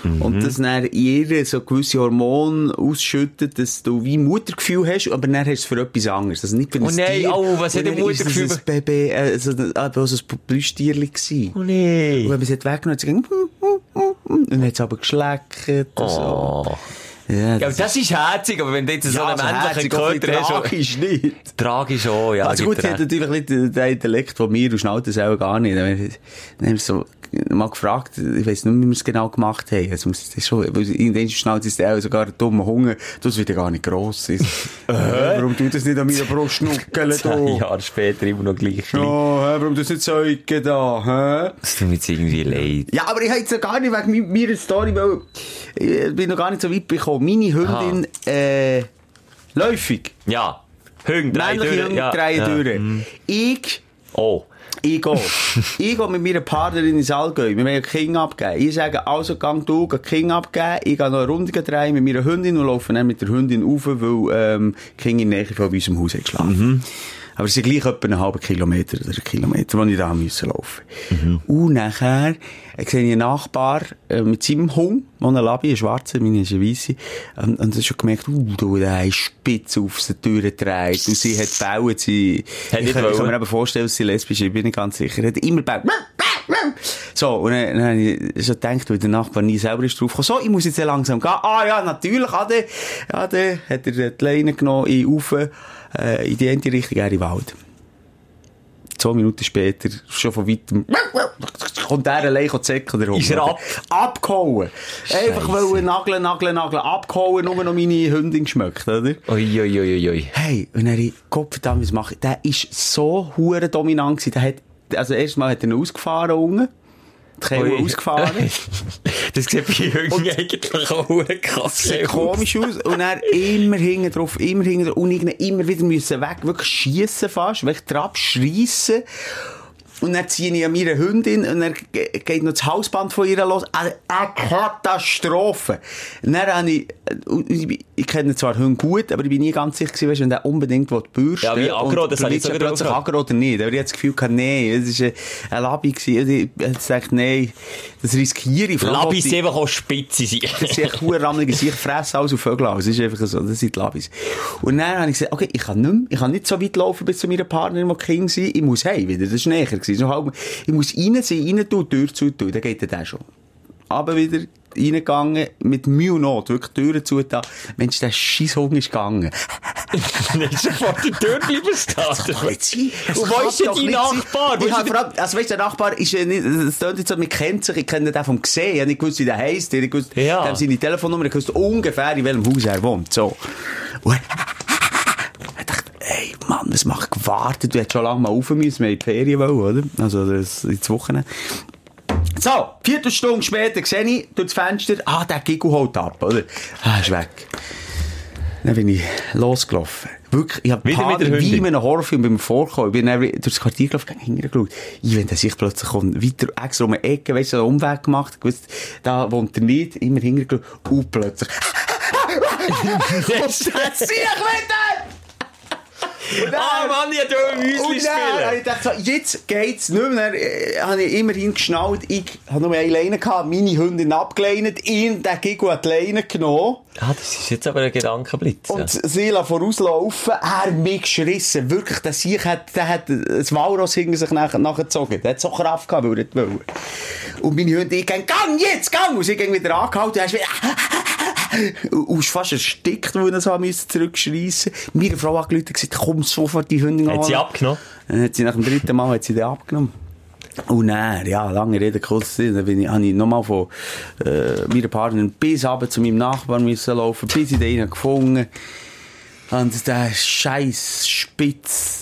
Speaker 4: Mhm.
Speaker 3: Und dass dann in ihr so gewisse Hormone ausschüttet, dass du wie Muttergefühl hast, aber dann hast du es für etwas anderes. Also nicht für ein
Speaker 4: Oh nein,
Speaker 3: Tier.
Speaker 4: oh, was
Speaker 3: Und
Speaker 4: hat ein
Speaker 3: dann ist es
Speaker 4: Muttergefühl?
Speaker 3: ein Baby, äh, so ein, ah, so ein Plüschtierli gewesen.
Speaker 4: Oh nee.
Speaker 3: Und wenn man es hat weggenommen hat, "Mm, ging, und hat es aber geschleckt. und So.
Speaker 4: Oh.
Speaker 3: Ja,
Speaker 4: Ja, aber das ist herzig, aber wenn du jetzt so einen
Speaker 3: also
Speaker 4: männlichen Körper hast,
Speaker 3: Körper
Speaker 4: eh schon-
Speaker 3: ist nicht.
Speaker 4: tragisch auch, ja.
Speaker 3: Also
Speaker 4: gibt
Speaker 3: gut, sie hat
Speaker 4: recht.
Speaker 3: natürlich nicht den den Intellekt von mir und schnallt das auch gar nicht. Dann haben wir so mal gefragt, ich weiss nicht, wie wir es genau gemacht haben. Also, nou, muss- das ist schon, weil irgendwann schnallt es auch sogar einen dummen Hunger, das wird ja gar nicht gross. Ist. Äh,
Speaker 7: warum tut das nicht an meiner Brust nuckeln?
Speaker 4: Zehn
Speaker 7: du?
Speaker 4: Jahre später immer noch gleich klein.
Speaker 7: Oh, hä, warum tut das nicht säugen da? Hä?
Speaker 4: Es tut mir jetzt irgendwie leid.
Speaker 3: Ja, aber ich habe jetzt noch gar nicht wegen mi- meiner Story, weil ich bin noch gar nicht so weit gekommen. Meine
Speaker 4: Ah.
Speaker 3: Hündin, äh, läufig.
Speaker 4: Ja. Hüng, drei
Speaker 3: Männliche
Speaker 4: Türen.
Speaker 3: Hündin,
Speaker 4: Ja.
Speaker 3: drei
Speaker 4: ja. mm.
Speaker 3: Türen. Ich,
Speaker 4: Oh.
Speaker 3: ich gehe. ich gehe mit meiner Partnerin ins Allgäu. Wir wollen King abgeben. Ich sage, also, gang du, geh King abgeben. Ich gehe noch eine Runde drehen mit meiner Hündin und laufe dann mit der Hündin rauf, weil, ähm, King in der Nähe von unserem Haus hat geschlafen.
Speaker 4: Mhm.
Speaker 3: Aber es sind gleich etwa einen halben Kilometer oder einen Kilometer, wo ich da müssen laufen
Speaker 4: Mhm.
Speaker 3: Und nachher äh, sehe ich einen Nachbar äh, mit seinem Hund, der eine Labi, eine schwarze, meine ist eine weisse. Und, und ich schon gemerkt, uh, du, der ist spitz auf die Tür gedreht. Und sie hat gebaut, sie...
Speaker 4: Hat
Speaker 3: ich
Speaker 4: nicht
Speaker 3: kann, ich kann
Speaker 4: wollen.
Speaker 3: mir eben vorstellen, dass sie lesbisch ist, ich bin nicht ganz sicher. Hat immer gebaut. So, und dann, dann habe ich so gedacht, weil der Nachbar nie selber ist draufgekommen, so, ich muss jetzt ja langsam gehen. Ah ja, natürlich, Ade. Ade hat er die Leine genommen, in rauf, äh, in die andere Richtung, er in den Wald. Zwei Minuten später, schon von weitem, kommt er allein zecken, der Hund.
Speaker 4: Ist er ab-
Speaker 3: Abgehauen. Einfach
Speaker 4: Scheisse.
Speaker 3: wollen nageln, nageln, nageln. Abgehauen, nur noch meine Hündin geschmeckt, oder?
Speaker 4: Uiuiuiui.
Speaker 3: Hey, und er Gott verdammt, was mache ich? Der ist so hure dominant gewesen. Der hat, also erstmal hat er ihn ausgefahren unten. Die Kelle ausgefahren.
Speaker 4: das sieht bei Jürgen eigentlich auch verdammt krass
Speaker 3: Sieht komisch aus. Und er immer hinten drauf, immer hinten drauf. Und irgendwie immer wieder müssen weg. Wirklich schiessen fast. Weg drauf, schreissen. Und dann ziehe ich an meiner Hündin und dann ge- geht noch das Halsband von ihr los. Eine, eine Katastrophe. Und dann habe ich, und ich, bin- ich kenne zwar Hunde gut, aber ich bin nie ganz sicher gewesen, weißt, wenn der unbedingt will, bürsten
Speaker 4: Ja, wie aggro,
Speaker 3: und
Speaker 4: das habe ich
Speaker 3: du
Speaker 4: sogar
Speaker 3: plötzlich
Speaker 4: auch
Speaker 3: aggro oder nicht. Aber ich habe das Gefühl, gehabt, nein, es war ein, ein Labi. gewesen. Und ich habe gesagt, nein, das riskiere ich. Vor allem
Speaker 4: Labis
Speaker 3: wollte ich-
Speaker 4: sind einfach auch spitze sein.
Speaker 3: das sind echt verdammt rammelige Gesichter, fressen alles auf Vögel an. Das ist einfach so, das sind die Labis. Und dann habe ich gesagt, okay, ich kann nicht mehr, ich kann nicht so weit laufen bis zu meiner Partnerin, die King sein. Ich muss heim wieder, das war näher. gewesen. So halb, ich muss rein sein, rein tun, Tür zu tun, dann geht der schon. Aber wieder reingegangen, mit Mühe und Not, wirklich Türen zu tun. Mensch, der Scheisshung ist gegangen.
Speaker 4: Dann ist er vor der Tür bleiben stehen.
Speaker 3: Jetzt sie.
Speaker 4: Und wo ist denn dein Nachbar? Wo
Speaker 3: Ich
Speaker 4: ist
Speaker 3: hab
Speaker 4: denn-
Speaker 3: vor allem, also weißt, der Nachbar ist ja nicht, es tönt jetzt so, man kennt sich, ich kenne den vom Gesehen, ich hab nicht gewusst, wie der heisst, ich hab nicht gewusst,
Speaker 4: Ja.
Speaker 3: ich hab seine Telefonnummer, ich gewusst ungefähr, in welchem Haus er wohnt, so. Und ich dachte, ey, Mann, was macht gewartet, du hättest schon lange mal rauf müssen, wir in die Ferien wollen, oder? Also, das, in die Wochen. So, Viertelstunde später sehe ich durch das Fenster, ah, der Giggle holt ab, oder? Ah, ist weg. Dann bin ich losgelaufen. Wirklich, ich hab
Speaker 4: Wieder mit der
Speaker 3: Panik, wie
Speaker 4: Hündin?
Speaker 3: in einem Horrorfilm beim Vorkommen. Ich bin dann durchs Quartier gelaufen, hinterher geschaut. Ich, wenn der sich plötzlich kommt, weiter extra um eine Ecke, weißt du, so einen Umweg gemacht, gewusst, da wohnt er nicht, immer hinterher geschaut, und plötzlich... Kommt der Sieg wieder! Und dann-
Speaker 4: Ah, Mann, ich hätte ein Müsli
Speaker 3: und dann habe
Speaker 4: spielen.
Speaker 3: ich gedacht, so, jetzt geht's nicht mehr. Dann äh, habe ich immerhin geschnallt, ich habe nur eine Leine gehabt, meine Hündin abgeleinet, ihn, den Gigo hat die Leine genommen.
Speaker 4: Ah, das ist jetzt aber ein Gedankenblitz.
Speaker 3: Und sie lassen vorauslaufen, er mich geschrissen. Wirklich, der Sieg hat, der hat das Walross hinter sich nach, nachgezogen. Der hat so Kraft gehabt, weil er nicht wollte. Und meine Hunde, ich ging, gang jetzt, gang! Und sie ging wieder angehalten, er ist wieder, und ist fast erstickt, weil er so musste zurückschreissen. Meine Frau hat geläutet, gesagt, komm sofort die Hunde
Speaker 4: Hat sie abgenommen?
Speaker 3: Dann hat sie nach dem dritten Mal hat sie den abgenommen. Und dann, ja, lange Rede, kurz Sinn, dann bin ich, habe ich nochmal von äh, meiner Partnerin bis runter zu meinem Nachbarn müssen laufen, bis ich den einen gefunden und der scheiß spitz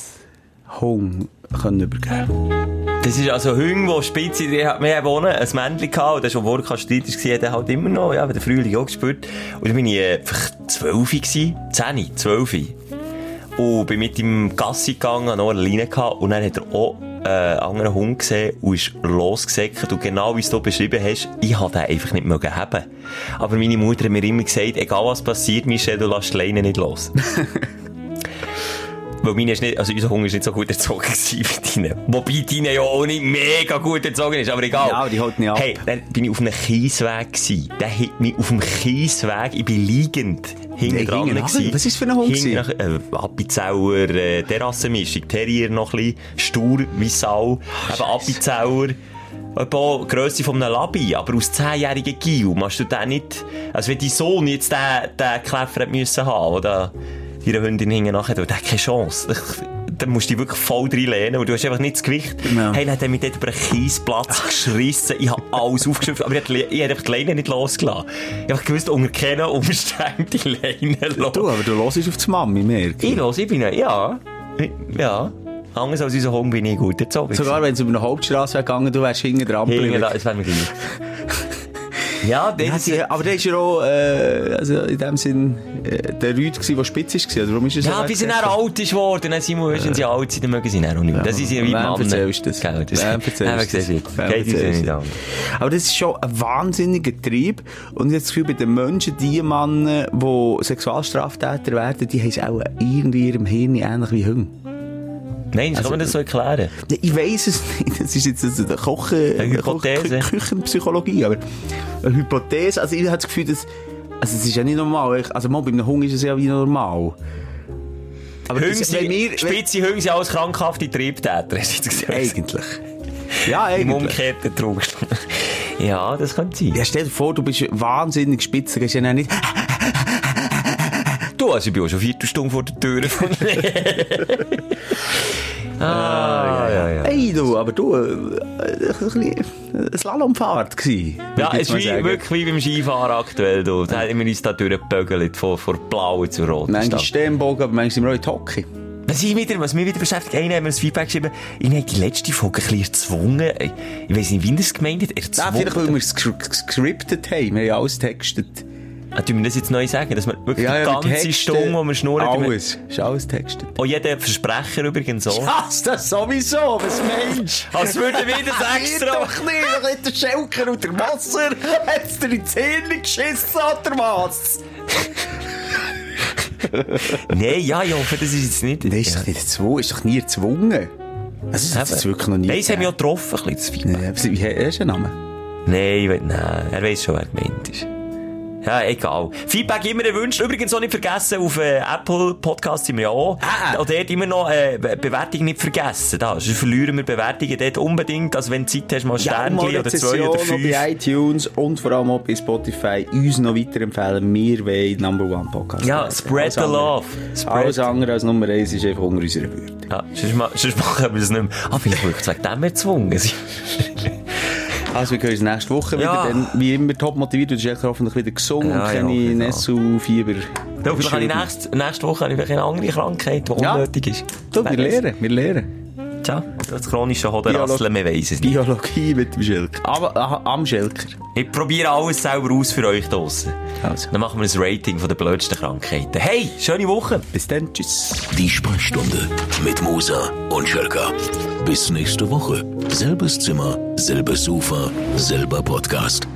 Speaker 3: Hung können übergeben.
Speaker 4: Das ist also Hüng, die spitze in hat. Wir haben unten ein Männchen gehabt, und das, obwohl kein Streit war, hat er halt immer noch, ja, bei der Frühling auch gespürt. Und dann bin ich äh, vielleicht 12 gewesen, 10, 12. Und bin mit ihm Gassi gegangen, noch eine Leine gehabt, und dann hat er auch äh, einen anderen Hund gesehen und ist losgesäckert. Und genau wie es du beschrieben hast, ich habe den einfach nicht mögen haben. Aber meine Mutter hat mir immer gesagt, egal was passiert, Michel, du lässt die Leine nicht los. Weil meine ist nicht, also unser Hunger ist nicht so gut erzogen gewesen wie deine. Wobei deine ja auch nicht mega gut erzogen ist, aber egal.
Speaker 3: Ja, aber die holt nicht ab.
Speaker 4: Hey, dann bin ich auf einem Kiesweg gewesen. Der hat mich auf dem Kiesweg, ich bin liegend, hinten
Speaker 3: Nee,
Speaker 4: dran
Speaker 3: hinten
Speaker 4: gewesen.
Speaker 3: dran? Was ist für ein Hund
Speaker 4: Hinten
Speaker 3: gewesen?
Speaker 4: nach- äh, Appenzeller äh, Terrassenmischung, Terrier noch ein bisschen, stur wie Sau, eben Appenzeller. Etwa Grösse von einem Labi, aber aus 10-jährigen Gil machst du den nicht... Also wenn dein Sohn jetzt den, den Käfer hätte müssen haben, oder? Die deiner Hündin hinten nachher, weil der hat keine Chance. Ich- Da musst du dich wirklich voll drin lehnen, weil du hast einfach nicht das Gewicht.
Speaker 3: Ja.
Speaker 4: Hey, dann hat er mich dort über einen Kiesplatz geschrissen. Ich habe alles aufgeschöpft, aber ich habe die hab einfach die Leine nicht losgelassen. Ich habe einfach gewusst, unter keinen Umständen die Leine los.
Speaker 3: Du, aber du hörst auf die Mami, merke
Speaker 4: Ich
Speaker 3: ich.
Speaker 4: los, ich bin ein- ja. Ja. Anders als unser Hund bin ich gut. Jetzt so.
Speaker 3: Sogar wenn es über eine Hauptstraße wäre gegangen, du wärst hinten dran
Speaker 4: Hinten
Speaker 3: geblieben.
Speaker 4: da, das wäre mir gleich. Ja,
Speaker 3: Ja,
Speaker 4: das
Speaker 3: sie- aber der ist ja auch, äh, also in dem Sinn, äh, der Rüd gewesen, der spitz ist gewesen, oder warum ist er so
Speaker 4: Ja,
Speaker 3: weit
Speaker 4: bis sie
Speaker 3: gesessen?
Speaker 4: dann alt ist worden. Dann Simon, weißt, wenn sie alt sind, dann mögen sie dann auch nicht mehr. Das ist ja wie
Speaker 3: Wem
Speaker 4: Männer.
Speaker 3: erzählst du das?
Speaker 4: Gell, das
Speaker 3: Wem
Speaker 4: Eben,
Speaker 3: erzählst du das?
Speaker 4: siehst du.
Speaker 3: Wem
Speaker 4: Geht uns ja
Speaker 3: erzählst
Speaker 4: nicht
Speaker 3: du
Speaker 4: an.
Speaker 3: Aber das ist schon ein wahnsinniger Trieb. Und ich habe das Gefühl, bei den Menschen, die Männer, die Sexualstraftäter werden, die haben es auch irgendwie in ihrem Hirn ähnlich wie Hunde.
Speaker 4: Nein,
Speaker 3: Also,
Speaker 4: das kann man das so erklären.
Speaker 3: Ja, Ich weiss es nicht. Das ist jetzt eine Kochen,
Speaker 4: Eine Hypothese.
Speaker 3: Koch- Kü- Küchenpsychologie, aber eine Hypothese. Also ich habe das Gefühl, dass, also es ist ja nicht normal. Ich- Also mal bei einem Hunger ist es ja wie normal. Aber
Speaker 4: Hunde
Speaker 3: das- wenn wir- wenn-
Speaker 4: sind, spitze Hunde sind alles krankhafte Triebtäter, hast du jetzt gesagt.
Speaker 3: Eigentlich. Ja,
Speaker 4: Im
Speaker 3: eigentlich.
Speaker 4: umgekehrten Trugschluss. Ja, das könnte sein.
Speaker 3: Ja, stell dir vor, du bist wahnsinnig spitz, dann gehst du ja dann nicht,
Speaker 4: Du, also ich bin auch schon vierte Stunde vor der Tür von Ah, ja, ja.
Speaker 3: hey du, aber du, äh, äh, ein bisschen eine Slalomfahrt gsi.
Speaker 4: Ja,
Speaker 3: würd
Speaker 4: es
Speaker 3: ich jetzt mal
Speaker 4: ist wie,
Speaker 3: sagen.
Speaker 4: wirklich wie beim Skifahren aktuell. Du. Da haben wir uns da durchgebögelt, von, von blau zu rot.
Speaker 3: Manchmal Sternbogen, aber manchmal sind wir auch in die Hockey.
Speaker 4: Was, ich wieder, was mich wieder beschäftigt, einer hat mir ein Feedback geschrieben, ich habe die letzte Folge ein bisschen erzwungen. Ich weiß nicht, wie er es gemeint hat.
Speaker 3: Nein, vielleicht,
Speaker 4: Erzwungen.
Speaker 3: weil wir es gescr- gescriptet haben. Wir haben ja alles textet.
Speaker 4: Ah, tun wir das jetzt neu sagen, dass wir wirklich die ganze
Speaker 3: Texte,
Speaker 4: Stunde, die wir schnurren, tun wir-
Speaker 3: Alles. Ist alles textet.
Speaker 4: Oh, jeder Versprecher übrigens auch.
Speaker 3: Was? Das sowieso? Was Mensch?
Speaker 4: Als würde wieder das extra.
Speaker 3: doch nicht! Da hat der Schelker und der Wasser hat's dir in die Zähne geschissen, oder was?
Speaker 4: Nein, ja, ich hoffe, das ist jetzt nicht.
Speaker 3: Nein, ist
Speaker 4: ja.
Speaker 3: doch nicht erzwungen. Ist doch nie erzwungen. Also, das ist
Speaker 4: Eben.
Speaker 3: wirklich noch nie.
Speaker 4: Nein, es hat mich auch
Speaker 3: gegeben.
Speaker 4: getroffen, ein bisschen das Feedback.
Speaker 3: Nein, was- Wie er ist ein Name?
Speaker 4: Nein, ich will- nein, er weiß schon, wer gemeint ist. Ja, egal. Feedback immer erwünscht. Übrigens auch nicht vergessen, auf äh, Apple Podcast sind wir ja auch.
Speaker 3: Ah.
Speaker 4: Auch dort immer noch äh, Be- Bewertung nicht vergessen. Da, sonst verlieren wir Bewertungen dort unbedingt. Also wenn du Zeit hast, mal ein Sternchen oder zwei oder
Speaker 3: noch
Speaker 4: fünf.
Speaker 3: bei iTunes und vor allem auch bei Spotify uns noch weiterempfehlen. Wir wollen Number One Podcast.
Speaker 4: Ja,
Speaker 3: werden.
Speaker 4: spread
Speaker 3: Alles
Speaker 4: the
Speaker 3: andere-
Speaker 4: love. Spread-
Speaker 3: Alles andere als Nummer eins ist einfach unter unserer Würde.
Speaker 4: Ja, sonst, ma- sonst machen wir das nicht mehr. Ah, vielleicht wirklich wegen dem erzwungen.
Speaker 3: Also, wir hören uns nächste Woche
Speaker 4: Ja.
Speaker 3: wieder. Dann, wie immer, top motiviert. Du bist echt hoffentlich wieder gesungen.
Speaker 4: Ja,
Speaker 3: und
Speaker 4: ja,
Speaker 3: keine
Speaker 4: genau.
Speaker 3: Nessu-Fieber.
Speaker 4: Du, vielleicht habe ich nächste, nächste Woche habe ich vielleicht eine andere Krankheit, die
Speaker 3: Ja.
Speaker 4: unnötig ist.
Speaker 3: Du,
Speaker 4: Wer
Speaker 3: wir
Speaker 4: weiß.
Speaker 3: lehren, wir lehren.
Speaker 4: Tja, das chronische Hodenrasseln, wir weiss es nicht.
Speaker 3: Biologie mit dem Schelker. Aber, aha, am Schelker.
Speaker 4: Ich probiere alles selber aus für euch draussen.
Speaker 3: Also.
Speaker 4: Dann machen wir ein Rating von der blödsten Krankheiten. Hey, schöne Woche!
Speaker 3: Bis dann, tschüss.
Speaker 2: Die Sprechstunde mit Musa und Schelka. Bis nächste Woche. Selbes Zimmer, selbes Sofa, selber Podcast.